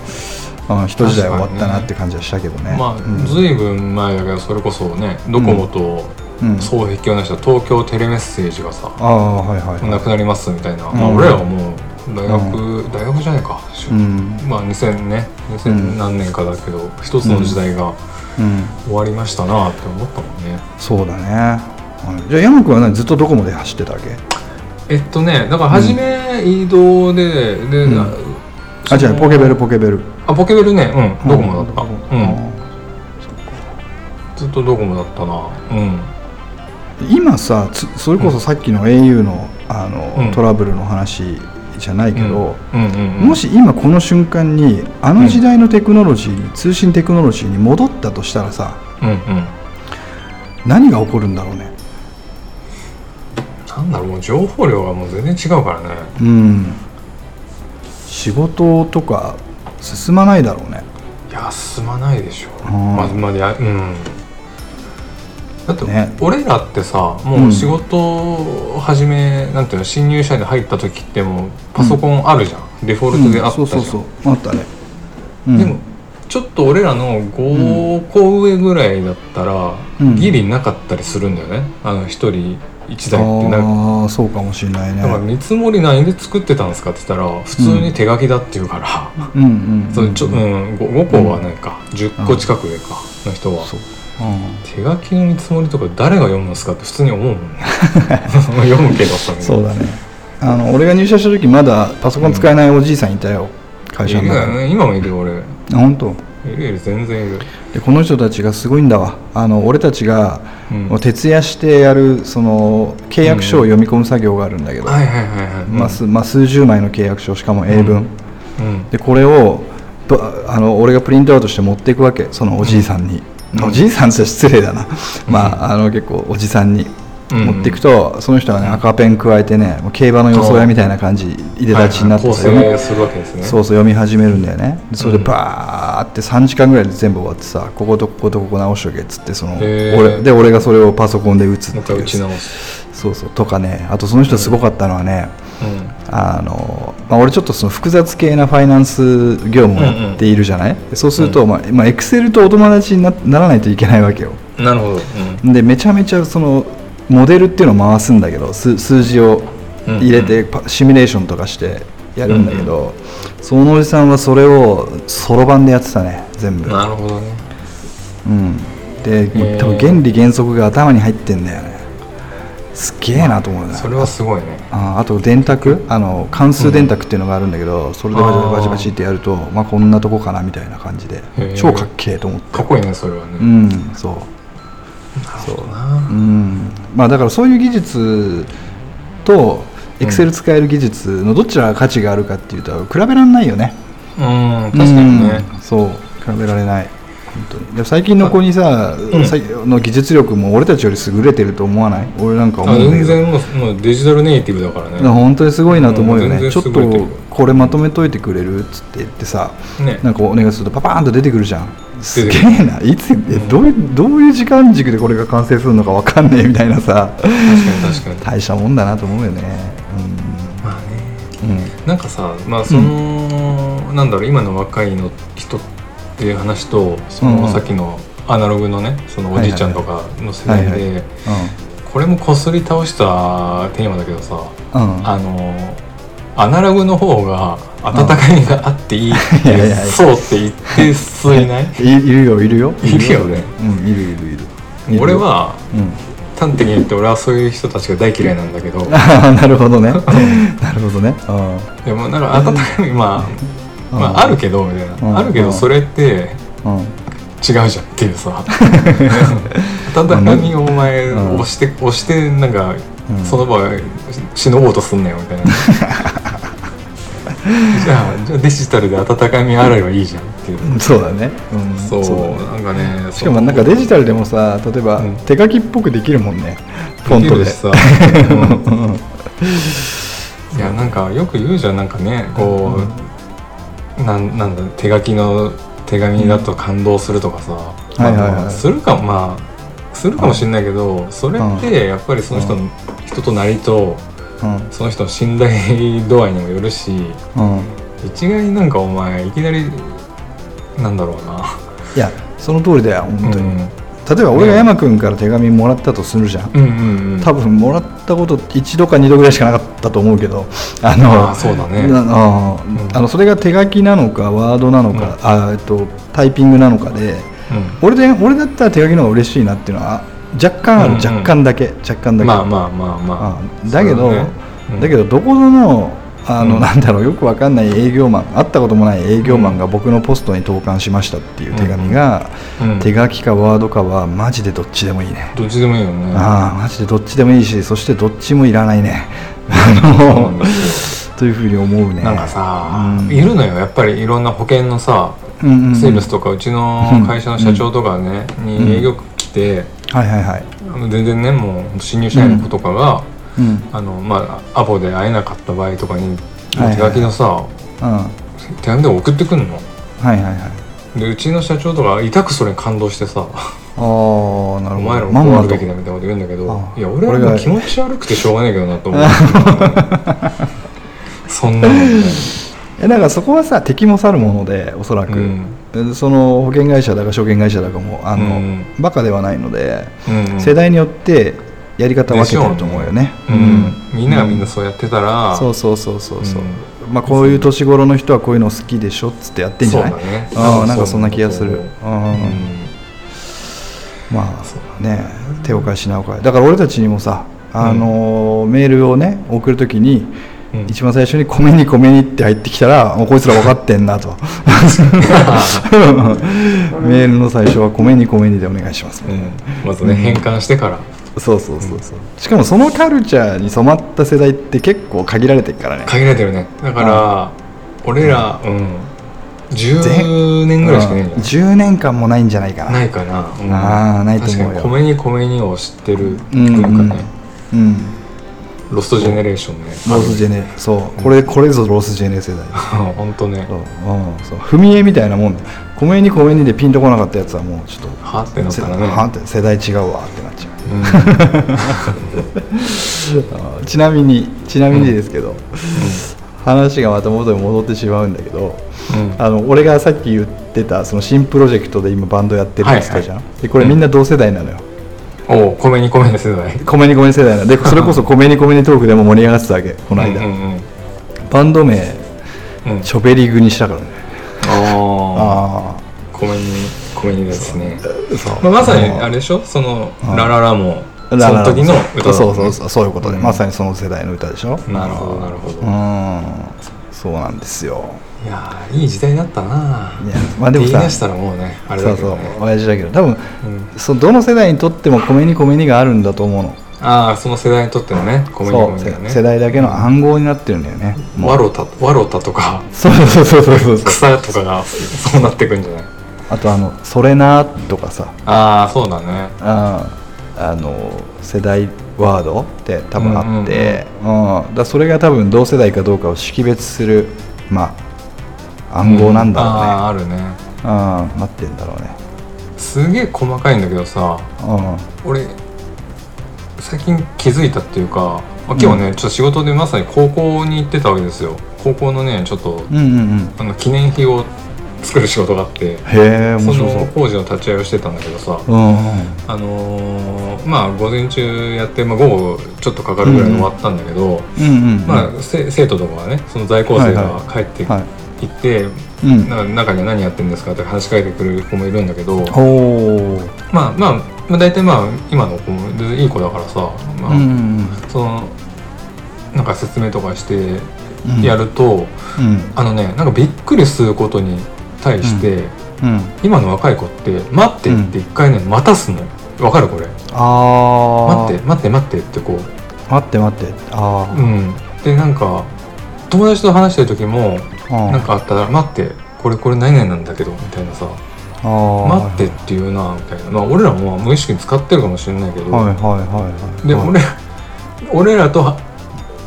[SPEAKER 2] うん、人時代は終わったなって感じはしたけどね。
[SPEAKER 3] ま
[SPEAKER 2] うん
[SPEAKER 3] あ、ずいぶん前だけどそれこそねドコモと
[SPEAKER 2] うん
[SPEAKER 3] 双璧をなした東京テレメッセージがさ、
[SPEAKER 2] ああはいはいはい
[SPEAKER 3] なくなりますみたいな、
[SPEAKER 2] うん
[SPEAKER 3] まあ、俺らはもう大学、大学じゃないか、
[SPEAKER 2] うん
[SPEAKER 3] まあ2000ね
[SPEAKER 2] うん
[SPEAKER 3] 2000何年かだけど、一つの時代が
[SPEAKER 2] うん、
[SPEAKER 3] 終わりましたなって思ったもんね、
[SPEAKER 2] そうだね、はいじゃあ山君は何ずっとドコモで走ってたわけ
[SPEAKER 3] えっとねだから初め移動で、で、
[SPEAKER 2] うん
[SPEAKER 3] な
[SPEAKER 2] あじゃあポケベルポケベル
[SPEAKER 3] あポケベルねうんドコモだった、
[SPEAKER 2] う
[SPEAKER 3] うんずっとドコモだったなうん
[SPEAKER 2] 今さつそれこそさっきの au のあの、
[SPEAKER 3] うん
[SPEAKER 2] トラブルの話じゃないけど、
[SPEAKER 3] うんうんうん
[SPEAKER 2] もし今この瞬間にあの時代のテクノロジーに、通信テクノロジーに戻ったとしたらさ
[SPEAKER 3] うんうん
[SPEAKER 2] 何が起こるんだろうね
[SPEAKER 3] なんだろうもう情報量がもう全然違うからね
[SPEAKER 2] うん仕事とか進まないだろうね
[SPEAKER 3] いや進まないでしょ
[SPEAKER 2] うん
[SPEAKER 3] まあまあやうんだって、
[SPEAKER 2] ね
[SPEAKER 3] 俺らってさ
[SPEAKER 2] う
[SPEAKER 3] も
[SPEAKER 2] ん
[SPEAKER 3] う仕事を始め、なんていうの新入社員で入った時ってもうパソコンあるじゃん、デフォルトであ
[SPEAKER 2] うん
[SPEAKER 3] ったじゃ
[SPEAKER 2] そ
[SPEAKER 3] ん、
[SPEAKER 2] うそうそうあったね、うん
[SPEAKER 3] でもちょっと俺らの5個上ぐらいだったら、
[SPEAKER 2] うん
[SPEAKER 3] ギリなかったりするんだよねあの1人1台ってなんか
[SPEAKER 2] ああそうかもしれないね
[SPEAKER 3] だから見積もり何で作ってたんですかって言ったら普通に手書きだって言うから、
[SPEAKER 2] うんうんうん
[SPEAKER 3] そうちょうん、5, 個はないか、10個近く上かの人は
[SPEAKER 2] そううん
[SPEAKER 3] 手書きの見積もりとか誰が読むんですかって普通に思うもんね 読むけどさ
[SPEAKER 2] そうだねあの俺が入社した時まだパソコン使えないおじいさんいたよ、会社
[SPEAKER 3] いる
[SPEAKER 2] の
[SPEAKER 3] よ
[SPEAKER 2] 中に
[SPEAKER 3] ね今もいるよ俺
[SPEAKER 2] あ本当
[SPEAKER 3] いるいる全然いる
[SPEAKER 2] でこの人たちがすごいんだわあの俺たちが、
[SPEAKER 3] うん
[SPEAKER 2] もう徹夜してやるその契約書を読み込む作業があるんだけど、
[SPEAKER 3] はいはいはいはい
[SPEAKER 2] まあ数まあ、数十枚の契約書しかも英文、
[SPEAKER 3] うん
[SPEAKER 2] でこれをぶあの俺がプリントアウトして持っていくわけそのおじいさんに、おじいさんって失礼だな、まああの結構おじさんに
[SPEAKER 3] うん
[SPEAKER 2] 持っていくと、その人がね赤ペン加えてねもう競馬の予想屋みたいな感じいでたちになって
[SPEAKER 3] 構
[SPEAKER 2] たよね、
[SPEAKER 3] 成するわけですね
[SPEAKER 2] そうそう読み始めるんだよねでそれでバーって3時間ぐらいで全部終わってさこことこことここ直しとけっつってその
[SPEAKER 3] へー
[SPEAKER 2] 俺で俺がそれをパソコンで打つ
[SPEAKER 3] もう
[SPEAKER 2] っ
[SPEAKER 3] 一
[SPEAKER 2] て
[SPEAKER 3] 回
[SPEAKER 2] い
[SPEAKER 3] 打
[SPEAKER 2] う
[SPEAKER 3] ち直す
[SPEAKER 2] そうそうとかねあとその人すごかったのはね、
[SPEAKER 3] うん
[SPEAKER 2] あのまあ、俺ちょっとその複雑系なファイナンス業務をやっているじゃない、そうすると、まあまあ、エクセルとお友達になならないといけないわけよ
[SPEAKER 3] なるほど、
[SPEAKER 2] でめちゃめちゃそのモデルっていうのを回すんだけど数数字を入れて、パシミュレーションとかしてやるんだけど、そのおじさんはそれをそろばんでやってたね全部、
[SPEAKER 3] なるほどね
[SPEAKER 2] うん、でもう
[SPEAKER 3] へー
[SPEAKER 2] 多分原理原則が頭に入ってんだよねすっげえなと思うね、
[SPEAKER 3] それはすごいね
[SPEAKER 2] あーあと電卓あの関数電卓っていうのがあるんだけど、それでバチバチバチバチってやるとまあ、こんなとこかなみたいな感じで
[SPEAKER 3] ー
[SPEAKER 2] 超かっけえと思って
[SPEAKER 3] かっこいいねそれはね、
[SPEAKER 2] う
[SPEAKER 3] なる
[SPEAKER 2] んそう
[SPEAKER 3] ほどな
[SPEAKER 2] うんまあだからそういう技術とエクセル使える技術のどちらが価値があるかっていうと比べられないよね
[SPEAKER 3] うん、確かにね、
[SPEAKER 2] うんそう比べられない本当にでも最近の子にさ、
[SPEAKER 3] ん
[SPEAKER 2] 最の技術力も俺たちより優れてると思わない俺なんか思
[SPEAKER 3] あ
[SPEAKER 2] うんだけ
[SPEAKER 3] 全
[SPEAKER 2] ど
[SPEAKER 3] 然もうもうデジタルネイティブだからね
[SPEAKER 2] いや本当にすごいなと思うよね、
[SPEAKER 3] うん全
[SPEAKER 2] ちょっ
[SPEAKER 3] 然
[SPEAKER 2] と
[SPEAKER 3] 優れてる
[SPEAKER 2] これまとめといてくれるっつって言ってさ
[SPEAKER 3] ね
[SPEAKER 2] なんかお願いするとパパーンと出てくるじゃんす
[SPEAKER 3] 出て
[SPEAKER 2] げ
[SPEAKER 3] くる
[SPEAKER 2] えないつえどういうどういう時間軸でこれが完成するのかわかんねえみたいなさ
[SPEAKER 3] 確かに確か
[SPEAKER 2] 大したもんだなと思うよね
[SPEAKER 3] にまあね
[SPEAKER 2] うん、うん、
[SPEAKER 3] なんかさまあその、なんだろう今の若いの人っていう話とそ
[SPEAKER 2] うんう
[SPEAKER 3] の
[SPEAKER 2] ん
[SPEAKER 3] さっきのアナログのねそのおじいちゃんとかの世代で、
[SPEAKER 2] はいはいは
[SPEAKER 3] これもこすり倒したテーマだけどさ
[SPEAKER 2] うん
[SPEAKER 3] あのアナログの方が温かみがあっていいっ
[SPEAKER 2] いやいやい
[SPEAKER 3] て
[SPEAKER 2] や
[SPEAKER 3] そうって言ってすいない
[SPEAKER 2] いいるよいるよ
[SPEAKER 3] いるよね
[SPEAKER 2] うんいるいるいる いる
[SPEAKER 3] 俺は
[SPEAKER 2] うん
[SPEAKER 3] 端的に言って俺はそういう人たちが大嫌いなんだけど
[SPEAKER 2] あーなるほど ねなるほどねうん
[SPEAKER 3] でもなんか温かみまあ、まあ、あるけどみたい
[SPEAKER 2] うん
[SPEAKER 3] なあるけどそれって
[SPEAKER 2] うん
[SPEAKER 3] 違うじゃんっていうさ温かみをお前
[SPEAKER 2] うん
[SPEAKER 3] 押して押してなんか
[SPEAKER 2] うん
[SPEAKER 3] その場しのぼうとすんなよみたいなじゃあじゃあデジタルで温かみあればいいじゃんっていう
[SPEAKER 2] そうだね、うん、
[SPEAKER 3] そう
[SPEAKER 2] だね
[SPEAKER 3] なんかね
[SPEAKER 2] しかもなんかデジタルでもさ例えば
[SPEAKER 3] うん
[SPEAKER 2] 手書きっぽくできるもんね、フォン
[SPEAKER 3] でき
[SPEAKER 2] ト
[SPEAKER 3] る
[SPEAKER 2] で
[SPEAKER 3] しさ、 うんいやなんかよく言うじゃんなんかねこう、なんなんだ手書きの手紙だと感動するとかさ、
[SPEAKER 2] はいはいはい
[SPEAKER 3] まあするかまあするかもしれないけどそれってやっぱりその人の人となりと
[SPEAKER 2] うん
[SPEAKER 3] その人の信頼度合いにもよるし
[SPEAKER 2] うん
[SPEAKER 3] 一概になんかお前いきなりなんだろうな、
[SPEAKER 2] いやその通りだよ本当に、
[SPEAKER 3] うん
[SPEAKER 2] 例えば俺が山君から手紙もらったとするじゃん、
[SPEAKER 3] うんうんうん
[SPEAKER 2] 多分もらったこと一度か二度ぐらいしかなかったと思うけどあの
[SPEAKER 3] あーそうだね
[SPEAKER 2] なあー
[SPEAKER 3] うん
[SPEAKER 2] あのそれが手書きなのかワードなのか、あーえっと、タイピングなのかで俺で俺だったら手書きの方が嬉しいなっていうのは若干ある、
[SPEAKER 3] うんうん
[SPEAKER 2] 若干だけ若干
[SPEAKER 3] う
[SPEAKER 2] だけ、
[SPEAKER 3] ん、まあまあまあま
[SPEAKER 2] う
[SPEAKER 3] あ
[SPEAKER 2] んだけど
[SPEAKER 3] そうねうん
[SPEAKER 2] だけどどこぞのあの、
[SPEAKER 3] うん
[SPEAKER 2] なんだろうよくわかんない営業マン会ったこともない営業マンが僕のポストに投函しましたっていう手紙が、
[SPEAKER 3] うん
[SPEAKER 2] 手書きかワードかはマジでどっちでもいいね、
[SPEAKER 3] どっちでもいいよね
[SPEAKER 2] ああマジでどっちでもいいしそしてどっちもいらないね
[SPEAKER 3] そ
[SPEAKER 2] あ
[SPEAKER 3] うな
[SPEAKER 2] の
[SPEAKER 3] んです
[SPEAKER 2] というふうに思うね
[SPEAKER 3] よなんかさ、
[SPEAKER 2] うん
[SPEAKER 3] いるのよやっぱりいろんな保険のさ
[SPEAKER 2] うんうんうん
[SPEAKER 3] セールスとかうちの会社の社長とかね、
[SPEAKER 2] うん
[SPEAKER 3] に営業来て、
[SPEAKER 2] はいはいはい
[SPEAKER 3] あの全然ねもう新入社員の子とかが、
[SPEAKER 2] うん
[SPEAKER 3] あのまあ、アポで会えなかった場合とかに
[SPEAKER 2] はいはい
[SPEAKER 3] 手書きのさ、
[SPEAKER 2] うんはい
[SPEAKER 3] 手紙でも送ってくんの
[SPEAKER 2] はいはい
[SPEAKER 3] でうちの社長とか痛くそれに感動してさ
[SPEAKER 2] あ
[SPEAKER 3] 「
[SPEAKER 2] あなるほど
[SPEAKER 3] お前らも
[SPEAKER 2] まん
[SPEAKER 3] こうあ
[SPEAKER 2] ま
[SPEAKER 3] る
[SPEAKER 2] と
[SPEAKER 3] べきだ」みたいなこと言うんだけど、
[SPEAKER 2] ああ
[SPEAKER 3] いや俺は
[SPEAKER 2] 俺
[SPEAKER 3] も
[SPEAKER 2] が
[SPEAKER 3] う気持ち悪くてしょうがないけどなと思う そんなのね
[SPEAKER 2] えだからそこはさ敵も去るものでおそらく、でその保険会社だか証券会社だかもあの、
[SPEAKER 3] うん
[SPEAKER 2] バカではないので、
[SPEAKER 3] うん
[SPEAKER 2] 世代によってやり方分けてると思うよね
[SPEAKER 3] うんみんながみんなそうやってたら、
[SPEAKER 2] そうそうそうそうそう、
[SPEAKER 3] う
[SPEAKER 2] まあ、こういう年頃の人はこういうの好きでしょっつってやってんじゃない
[SPEAKER 3] そうだね
[SPEAKER 2] あ
[SPEAKER 3] 多
[SPEAKER 2] あ
[SPEAKER 3] 分
[SPEAKER 2] なんかそんな気がする
[SPEAKER 3] そうだと
[SPEAKER 2] うん
[SPEAKER 3] うん
[SPEAKER 2] まあね手を返しなおかえだから俺たちにもさあのーメールをね送るときに、
[SPEAKER 3] うん
[SPEAKER 2] 一番最初に「米に米に」って入ってきたらもうこいつら分かってんな とメールの最初は「米に米に」でお願いします、
[SPEAKER 3] うんまずね、変換してから
[SPEAKER 2] そうそうそうそうしかもそのカルチャーに染まった世代って結構限られてるからね
[SPEAKER 3] 限られてるねだから、俺ら、うん、10年ぐらいしかねえんじゃない
[SPEAKER 2] 10年間もないんじゃないかな
[SPEAKER 3] ないかな、うん
[SPEAKER 2] あーないと思うよ
[SPEAKER 3] 確かに米に米にを知ってる
[SPEAKER 2] うん
[SPEAKER 3] 文化
[SPEAKER 2] うん
[SPEAKER 3] ね、
[SPEAKER 2] うん
[SPEAKER 3] ロストジェネレーションね
[SPEAKER 2] ロースジェネそうこれこれぞロースジェネ世代
[SPEAKER 3] 本当ね
[SPEAKER 2] そううんそう踏み絵みたいなもんで米に米にでピンとこなかったやつはもうちょっと
[SPEAKER 3] はってなっ
[SPEAKER 2] せ
[SPEAKER 3] たらね
[SPEAKER 2] はって世代違うわってなっちゃう
[SPEAKER 3] うん
[SPEAKER 2] あ ーちなみにちなみにですけど、話がまた元に戻ってしまうんだけど、
[SPEAKER 3] うん
[SPEAKER 2] あの俺がさっき言ってたその新プロジェクトで今バンドやってるって言ったじゃん、
[SPEAKER 3] はい
[SPEAKER 2] でこれみんな同世代なのよ、
[SPEAKER 3] おう米に米に世代
[SPEAKER 2] 米に米に世代なのでそれ こそ米に米にトークでも盛り上がってたわけこの間、
[SPEAKER 3] うんうん
[SPEAKER 2] バンド名
[SPEAKER 3] うん、うん
[SPEAKER 2] チョベリグにしたからね
[SPEAKER 3] ああ
[SPEAKER 2] あ
[SPEAKER 3] 米に米にですね、
[SPEAKER 2] あそう
[SPEAKER 3] まあ、まさにあれでしょその
[SPEAKER 2] うん
[SPEAKER 3] ラララもそ
[SPEAKER 2] だから
[SPEAKER 3] の時の歌だもん
[SPEAKER 2] そ
[SPEAKER 3] ね
[SPEAKER 2] うそうそうそういうことで、
[SPEAKER 3] うん
[SPEAKER 2] まさにその世代の歌でしょ
[SPEAKER 3] なるほどなるほど、
[SPEAKER 2] うーんそうなんですよ
[SPEAKER 3] いやーいい時代になったないい
[SPEAKER 2] やまあでもさ
[SPEAKER 3] 言い出したらもうねあれ
[SPEAKER 2] そ
[SPEAKER 3] だ
[SPEAKER 2] う
[SPEAKER 3] け
[SPEAKER 2] そ
[SPEAKER 3] ど、
[SPEAKER 2] う
[SPEAKER 3] ね、
[SPEAKER 2] 親父だけど多分、
[SPEAKER 3] うん
[SPEAKER 2] そのどの世代にとっても米に米にがあるんだと思うの
[SPEAKER 3] ああその世代にとってのね米に
[SPEAKER 2] そう
[SPEAKER 3] 米がね
[SPEAKER 2] 世代だけの暗号になってるんだよねもう
[SPEAKER 3] ワロタワロタとか
[SPEAKER 2] そうそうそうそうそうそう
[SPEAKER 3] 草とかがそうなってくんじゃない
[SPEAKER 2] あとあの「それな」とかさ
[SPEAKER 3] ああそうだね
[SPEAKER 2] あーあの世代ワードって多分あって、うんだからそれが多分同世代かどうかを識別するまあ暗号なんだろうね、
[SPEAKER 3] あああるね
[SPEAKER 2] ああなってんだろうね
[SPEAKER 3] すげえ細かいんだけどさ
[SPEAKER 2] う
[SPEAKER 3] 俺最近気づいたっていうかまあ今日ね、ちょっと仕事でまさに高校に行ってたわけですよ高校のねちょっ
[SPEAKER 2] んうん
[SPEAKER 3] と、
[SPEAKER 2] うんうん
[SPEAKER 3] あの記念碑を作る仕事があって
[SPEAKER 2] へえ
[SPEAKER 3] そ
[SPEAKER 2] 面白そ
[SPEAKER 3] の
[SPEAKER 2] う
[SPEAKER 3] 工事の立ち会いをしてたんだけどさ、
[SPEAKER 2] うん
[SPEAKER 3] あのーまあ午前中やって、まあ、午後ちょっとかかるぐらいで終わったんだけど、
[SPEAKER 2] うんうんうん
[SPEAKER 3] まあ、せ生徒とかがねその在校生が帰って
[SPEAKER 2] はい
[SPEAKER 3] 行って、
[SPEAKER 2] うん
[SPEAKER 3] な中には何やってんですかって話しかけてくる子もいるんだけど、
[SPEAKER 2] ほう
[SPEAKER 3] まあまあ、まあ、大体まあ今の子も全然いい子だからさ、まあ
[SPEAKER 2] うん
[SPEAKER 3] そのなんか説明とかして
[SPEAKER 2] うん
[SPEAKER 3] やると、
[SPEAKER 2] うん
[SPEAKER 3] あのねなんかびっくりすることに対して、
[SPEAKER 2] うん
[SPEAKER 3] 今の若い子って「待って」って一回ね待たすのよわかるこれ
[SPEAKER 2] ああ
[SPEAKER 3] 待って待って待ってってこう
[SPEAKER 2] 待って待ってあ
[SPEAKER 3] うん、でなんか友達と話してる時も
[SPEAKER 2] ああ
[SPEAKER 3] なんかあったら「待ってこれこれ何々なんだけど」みたいなさ「
[SPEAKER 2] ああ
[SPEAKER 3] 待って」っていうなみたいなまあ俺らも無意識に使ってるかもしれないけど、
[SPEAKER 2] はいはいはいはい
[SPEAKER 3] で
[SPEAKER 2] はい
[SPEAKER 3] 俺俺らとは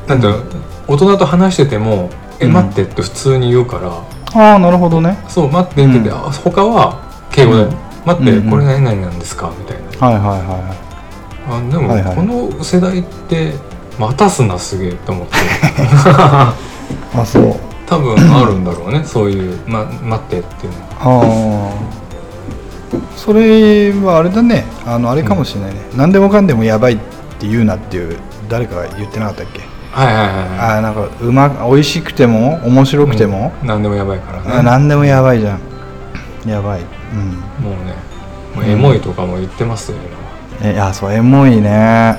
[SPEAKER 3] なんていうの大人と話してても「え
[SPEAKER 2] うん
[SPEAKER 3] 待って」って普通に言うから「
[SPEAKER 2] ああなるほどね
[SPEAKER 3] そう待って」って言って、
[SPEAKER 2] うん
[SPEAKER 3] あ他は敬語で
[SPEAKER 2] うん
[SPEAKER 3] 待って、
[SPEAKER 2] うんうん
[SPEAKER 3] これ何々なんですか?」みたいな
[SPEAKER 2] はいはいは
[SPEAKER 3] あでも、
[SPEAKER 2] はいはい
[SPEAKER 3] この世代って待たすなすげえと思って
[SPEAKER 2] いあそう
[SPEAKER 3] 多分あるんだろうねそういう、ま、待ってっていうのは
[SPEAKER 2] ああそれはあれだねあのあれかもしれないね、何でもかんでもやばいって言うなっていう誰かが言ってなかったっけ、
[SPEAKER 3] はいはいはいはい
[SPEAKER 2] ああなんかうま美味しくても面白くても、
[SPEAKER 3] うん何でもやばいからね
[SPEAKER 2] あ何でもやばいじゃんやばいうん
[SPEAKER 3] もうねもうエモいとかも言ってますよ、今
[SPEAKER 2] えいやそうエモいね、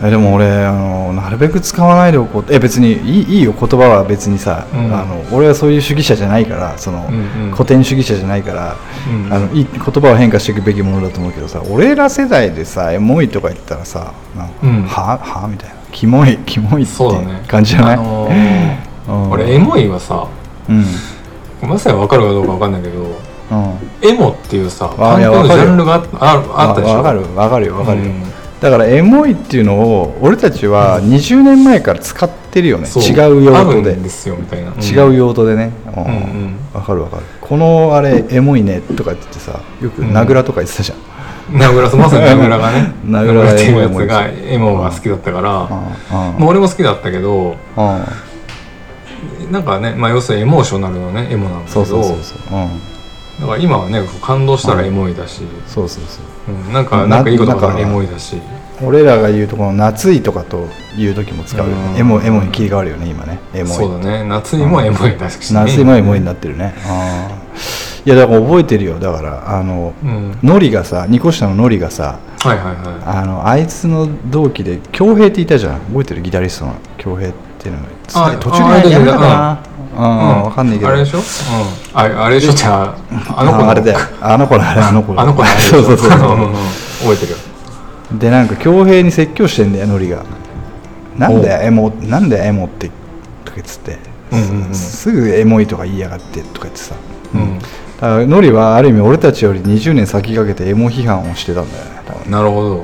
[SPEAKER 3] うん、
[SPEAKER 2] えでも俺あのなるべく使わないでおこうえ別にいいいいよ言葉は別にさ、
[SPEAKER 3] うん
[SPEAKER 2] あの俺はそういう主義者じゃないからその、
[SPEAKER 3] うんうん
[SPEAKER 2] 古典主義者じゃないから、
[SPEAKER 3] うん
[SPEAKER 2] あのいい言葉を変化していくべきものだと思うけどさ俺ら世代でさエモいとか言ったらさなんか、
[SPEAKER 3] うん
[SPEAKER 2] ははみたいなキモいキモいって
[SPEAKER 3] そうだね
[SPEAKER 2] 感じじゃない、
[SPEAKER 3] あのー
[SPEAKER 2] うん
[SPEAKER 3] 俺エモいはさ
[SPEAKER 2] うん
[SPEAKER 3] まさに分かるかどうか分かんないけど
[SPEAKER 2] うん
[SPEAKER 3] エモっていうさ
[SPEAKER 2] あ
[SPEAKER 3] 単
[SPEAKER 2] いや
[SPEAKER 3] 語の
[SPEAKER 2] 分
[SPEAKER 3] ジ
[SPEAKER 2] かるよ
[SPEAKER 3] ャンルがあああったでしょ
[SPEAKER 2] わわかるわかるよわかるよ、
[SPEAKER 3] うん
[SPEAKER 2] だからエモいっていうのを俺たちは20年前から使ってるよね
[SPEAKER 3] そ
[SPEAKER 2] 違う用途
[SPEAKER 3] あ
[SPEAKER 2] で
[SPEAKER 3] るんですよみたいな、ん
[SPEAKER 2] 違う用途でねわ、
[SPEAKER 3] うんうん
[SPEAKER 2] わかるわかるこのあれエモいねとか言ってさよく
[SPEAKER 3] うん
[SPEAKER 2] 名倉とか言ってたじゃん、
[SPEAKER 3] 名倉さんまさに名倉がね
[SPEAKER 2] 名倉が
[SPEAKER 3] って
[SPEAKER 2] エ
[SPEAKER 3] いう
[SPEAKER 2] モい
[SPEAKER 3] や
[SPEAKER 2] もん
[SPEAKER 3] つ
[SPEAKER 2] ですよ
[SPEAKER 3] がエモが好きだったから
[SPEAKER 2] うんうん
[SPEAKER 3] もう俺も好きだったけど
[SPEAKER 2] うん
[SPEAKER 3] なんかね、まあ、要するにエモーショナルのねエモなんだけ
[SPEAKER 2] そう
[SPEAKER 3] ど
[SPEAKER 2] そうそうそう、うん、
[SPEAKER 3] だから今はねこう感動したらエモいだし、
[SPEAKER 2] そうそうそう
[SPEAKER 3] うんなんか
[SPEAKER 2] な
[SPEAKER 3] なんかいいことがあったら
[SPEAKER 2] な
[SPEAKER 3] エ
[SPEAKER 2] んか
[SPEAKER 3] モいだし
[SPEAKER 2] 俺らが言うとこの夏いとかという時も使うよね、
[SPEAKER 3] うん
[SPEAKER 2] エモエモに切り替わるよね今ねエモい
[SPEAKER 3] そうだね夏にもエモいだし、ね、
[SPEAKER 2] 夏いもエモいになってるね、あーいやだから覚えてるよだからあの
[SPEAKER 3] うん
[SPEAKER 2] ノリがさ二個下のノリがさ
[SPEAKER 3] はいはいは
[SPEAKER 2] あのあいつの同期で恭平っていたじゃん覚えてるギタリストの恭平っていうの
[SPEAKER 3] あ
[SPEAKER 2] 途中
[SPEAKER 3] ああれ
[SPEAKER 2] で
[SPEAKER 3] だ
[SPEAKER 2] や
[SPEAKER 3] よね
[SPEAKER 2] めたか
[SPEAKER 3] い
[SPEAKER 2] なうん、わかんないけど
[SPEAKER 3] あれでしょ、うん、ああれでしょじゃああの子の
[SPEAKER 2] あれだよあの子のあれあの子の
[SPEAKER 3] あの子のあれでし
[SPEAKER 2] そ
[SPEAKER 3] ょ
[SPEAKER 2] うそうそ
[SPEAKER 3] んんん
[SPEAKER 2] う
[SPEAKER 3] 覚えてるよ
[SPEAKER 2] でなんか恭平に説教してんだよノリがなんだよエモなんだよエモってとか言ってて、
[SPEAKER 3] うんうんうん
[SPEAKER 2] すぐエモいとか言いやがってとか言ってさ
[SPEAKER 3] うん
[SPEAKER 2] だからノリはある意味俺たちより20年先駆けてエモ批判をしてたんだよね多分
[SPEAKER 3] なるほど、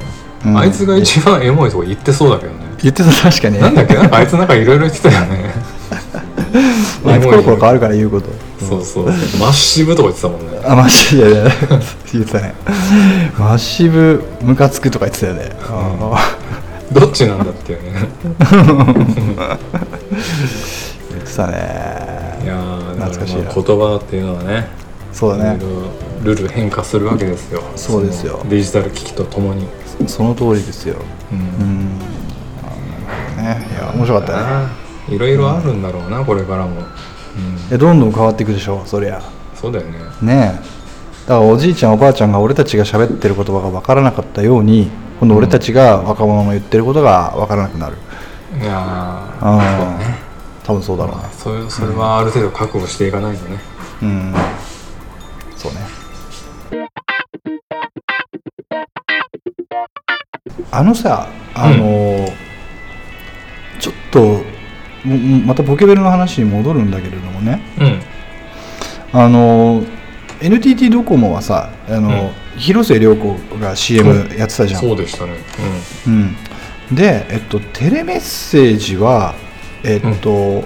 [SPEAKER 2] うん
[SPEAKER 3] あいつが一番エモいとこ言ってそうだけどね
[SPEAKER 2] 言ってた確かに
[SPEAKER 3] なんだっけなんかあいつなんかいろいろ言ってたよね
[SPEAKER 2] まあコロコロ変わ
[SPEAKER 3] る
[SPEAKER 2] るから言うこと
[SPEAKER 3] そうそうマッシブとか言ってたもんね
[SPEAKER 2] あマッシブいや いや言ってたねマッシブムカつくとか言ってたよね、あ
[SPEAKER 3] どっちなんだっていうね
[SPEAKER 2] ー言ってたね
[SPEAKER 3] いやーだ
[SPEAKER 2] 懐かしいな
[SPEAKER 3] らまあ言葉っていうのはね
[SPEAKER 2] そうだね
[SPEAKER 3] いろいろルール変化するわけですよ
[SPEAKER 2] そうですよ
[SPEAKER 3] のデジタル機器とともに、
[SPEAKER 2] その通りですよ
[SPEAKER 3] うん
[SPEAKER 2] うんあなるほどねいや面白かったね
[SPEAKER 3] あーいろいろあるんだろうな、これからも、うん、
[SPEAKER 2] えどんどん変わっていくでしょそりゃ
[SPEAKER 3] そうだよね
[SPEAKER 2] ねえだからおじいちゃんおばあちゃんが俺たちが喋ってる言葉が分からなかったように今度俺たちが若者の言ってることが分からなくなる、
[SPEAKER 3] いやー
[SPEAKER 2] ああ多分そうだろうな
[SPEAKER 3] それそれはある程度覚悟していかないとね、
[SPEAKER 2] うんそうねあのさあのーちょっとももまたボケベルの話に戻るんだけれどもね、
[SPEAKER 3] うん
[SPEAKER 2] あの NTT ドコモはさあの、広末涼子が CM やってたじゃん、
[SPEAKER 3] そうでしたね
[SPEAKER 2] うんで、えっと、テレメッセージは、えっと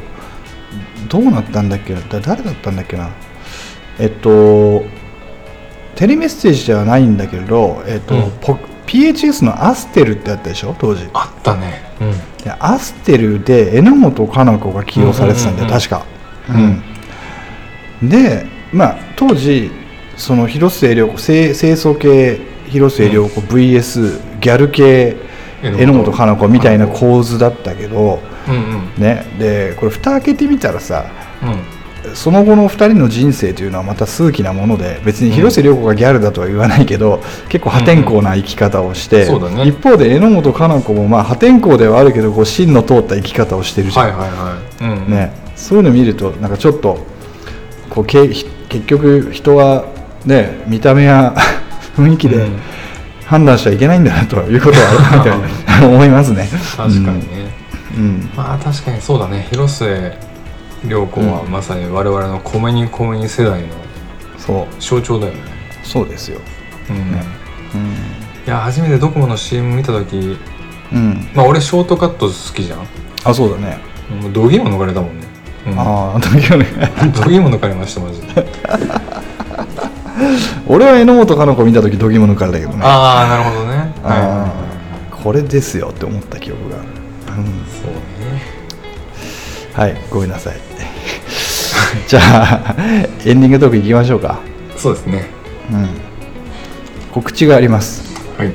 [SPEAKER 2] どうなったんだっけだ誰だったんだっけなえっとテレメッセージではないんだけど、えっと
[SPEAKER 3] うん
[SPEAKER 2] ポ PHS のアステルってあったでしょ当時
[SPEAKER 3] あったねうん
[SPEAKER 2] でアステルで榎本かな子が起用されてたんだよ、
[SPEAKER 3] うんうんうん
[SPEAKER 2] 確か、うんで、まあ、当時その広末涼子清清楚系広末涼子 VS ギャル系
[SPEAKER 3] 榎本
[SPEAKER 2] 榎本かな子みたいな構図だったけど、
[SPEAKER 3] うんうん
[SPEAKER 2] ね、でこれ蓋開けてみたらさ
[SPEAKER 3] うん
[SPEAKER 2] その後の2人の人生というのはまた数奇なもので別に広末涼子がギャルだとは言わないけど、結構破天荒な生き方をして、
[SPEAKER 3] うんうんそうだね
[SPEAKER 2] 一方で榎本佳菜子もまあ破天荒ではあるけどこう芯の通った生き方をしてるじゃん、
[SPEAKER 3] はいはいはいうん
[SPEAKER 2] ね、そういうの見るとなんかちょっとこうけひ結局人は、ね、見た目や 雰囲気で
[SPEAKER 3] うん
[SPEAKER 2] 判断しちゃいけないんだなということは改めて思いますね。
[SPEAKER 3] 確かにね、
[SPEAKER 2] うん、うん
[SPEAKER 3] まあ確かにそうだね広末涼子は
[SPEAKER 2] うん
[SPEAKER 3] まさに我々のコメニコメニ世代の
[SPEAKER 2] そう
[SPEAKER 3] 象徴だよね
[SPEAKER 2] そうですよ、
[SPEAKER 3] うん、
[SPEAKER 2] ね
[SPEAKER 3] いや初めてドコモの CM 見た時
[SPEAKER 2] うんうん、
[SPEAKER 3] まあ俺ショートカット好きじゃん
[SPEAKER 2] あそうだね、
[SPEAKER 3] もうどぎも抜かれたもんね、うん
[SPEAKER 2] ああ時々ね
[SPEAKER 3] どういうものかありましたマジで
[SPEAKER 2] 俺は榎本花子見た時度肝抜かれたけどね
[SPEAKER 3] ああなるほどね
[SPEAKER 2] あ
[SPEAKER 3] は
[SPEAKER 2] ーこれですよって思った記憶がある、うん
[SPEAKER 3] いそうね
[SPEAKER 2] はいごめんなさい じゃあエンディングトークいきましょうか、
[SPEAKER 3] そうですね
[SPEAKER 2] うん、告知があります、
[SPEAKER 3] はい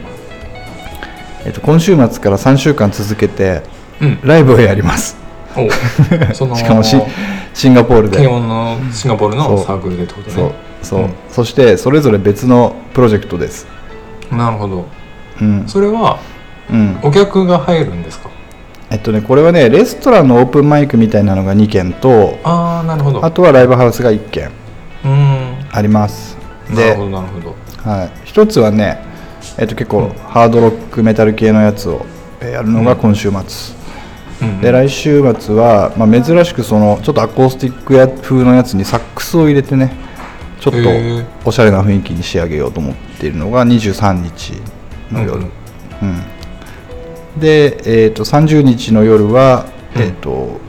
[SPEAKER 2] えっと、今週末から3週間続けて
[SPEAKER 3] うん
[SPEAKER 2] ライブをやります
[SPEAKER 3] おその
[SPEAKER 2] しかもしシンガポールで
[SPEAKER 3] 軽音のシンガポールの
[SPEAKER 2] そう
[SPEAKER 3] サークルでってことね
[SPEAKER 2] そうそう、
[SPEAKER 3] うん
[SPEAKER 2] そしてそれぞれ別のプロジェクトです
[SPEAKER 3] なるほど
[SPEAKER 2] うん、
[SPEAKER 3] それは
[SPEAKER 2] うん、
[SPEAKER 3] お客が入るんですか
[SPEAKER 2] えっとねこれはねレストランのオープンマイクみたいなのが2件と
[SPEAKER 3] ああなるほど
[SPEAKER 2] あとはライブハウスが1件
[SPEAKER 3] うーん
[SPEAKER 2] あります
[SPEAKER 3] なる
[SPEAKER 2] で
[SPEAKER 3] ほどなるほど
[SPEAKER 2] はい、一つはね、えっと、結構ハードロックメタル系のやつをえーやるのが今週末、
[SPEAKER 3] うん
[SPEAKER 2] で来週末は、まあ、珍しくそのちょっとアコースティックや風のやつにサックスを入れてねちょっ
[SPEAKER 3] へー
[SPEAKER 2] とおしゃれな雰囲気に仕上げようと思っているのが23日の夜、
[SPEAKER 3] うん
[SPEAKER 2] うんで、えー、と30日の夜は、
[SPEAKER 3] うん
[SPEAKER 2] えー、と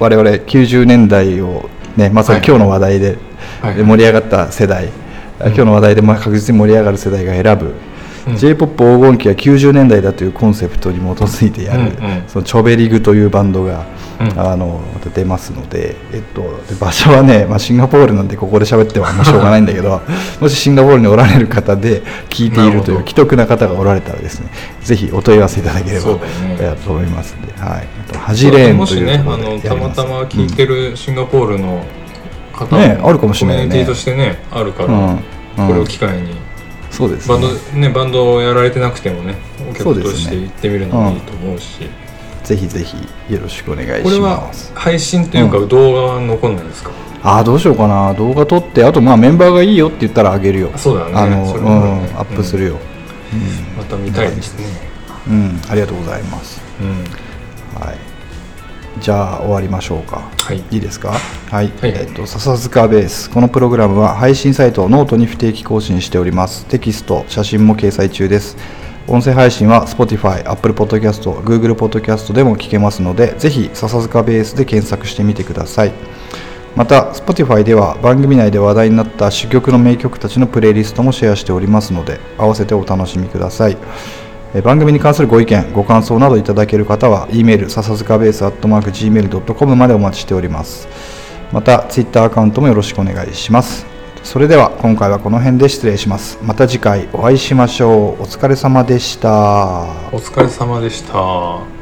[SPEAKER 2] 我々90年代を、ね、まさに今日の話題で、
[SPEAKER 3] はい
[SPEAKER 2] で盛り上がった世代、今日の話題でまあ確実に盛り上がる世代が選ぶ、
[SPEAKER 3] うん
[SPEAKER 2] j p o p 黄金期は90年代だというコンセプトに基づいてやる、
[SPEAKER 3] うんうん
[SPEAKER 2] そのチョベリグというバンドが、
[SPEAKER 3] うん
[SPEAKER 2] あのまた出ますので,、えっと、で場所はね、まあ、シンガポールなんでここで喋ってもあんましょうがないんだけ どもしシンガポールにおられる方で聞いているとい
[SPEAKER 3] なるほど
[SPEAKER 2] う既得な方がおられたらですねぜひお問い合わせいただければ
[SPEAKER 3] そうだよ
[SPEAKER 2] え
[SPEAKER 3] ね
[SPEAKER 2] ーと思いますので、はい、あと恥レーン
[SPEAKER 3] も
[SPEAKER 2] と
[SPEAKER 3] し
[SPEAKER 2] い
[SPEAKER 3] ね
[SPEAKER 2] うとこ
[SPEAKER 3] あ
[SPEAKER 2] ろで
[SPEAKER 3] の
[SPEAKER 2] や
[SPEAKER 3] た
[SPEAKER 2] り
[SPEAKER 3] ま
[SPEAKER 2] す
[SPEAKER 3] たま聞いてるシンガポールの方
[SPEAKER 2] ねあるかもしれないよ
[SPEAKER 3] コ
[SPEAKER 2] ね
[SPEAKER 3] ミュニティとしてねあるから、
[SPEAKER 2] うんうん
[SPEAKER 3] これを機会に
[SPEAKER 2] そうです
[SPEAKER 3] バン
[SPEAKER 2] ね
[SPEAKER 3] ドねバンドをやられてなくてもねお
[SPEAKER 2] そ
[SPEAKER 3] 客
[SPEAKER 2] うで
[SPEAKER 3] と
[SPEAKER 2] すね
[SPEAKER 3] して行ってみるのもいいと思うし
[SPEAKER 2] ぜひぜひよろしくお願い
[SPEAKER 3] これ
[SPEAKER 2] し
[SPEAKER 3] は
[SPEAKER 2] ます
[SPEAKER 3] 配信というか動画は残んないですか、
[SPEAKER 2] ああどうしようかな動画撮ってあとまあメンバーがいいよって言ったらあげるよ
[SPEAKER 3] あそうだね
[SPEAKER 2] あの
[SPEAKER 3] そうれ
[SPEAKER 2] ん
[SPEAKER 3] もね
[SPEAKER 2] アップするよ
[SPEAKER 3] また見たいですね、
[SPEAKER 2] うん、ありがとうございます
[SPEAKER 3] うん、
[SPEAKER 2] はいじゃあ終わりましょうか
[SPEAKER 3] はい
[SPEAKER 2] いいですかはい、
[SPEAKER 3] はい
[SPEAKER 2] えっ、と笹塚ベースこのプログラムは配信サイトをノートに不定期更新しておりますテキスト写真も掲載中です音声配信は Spotify、Apple Podcast、Google Podcast でも聞けますのでぜひ笹塚ベースで検索してみてくださいまた Spotify では番組内で話題になった主曲の名曲たちのプレイリストもシェアしておりますので合わせてお楽しみくださいえー番組に関するご意見ご感想などいただける方は E メール笹塚ベース gmail.com までお待ちしておりますまた Twitter アカウントもよろしくお願いしますそれでは今回はこの辺で失礼しますまた次回お会いしましょうお疲れ様でした
[SPEAKER 3] お疲れ様でした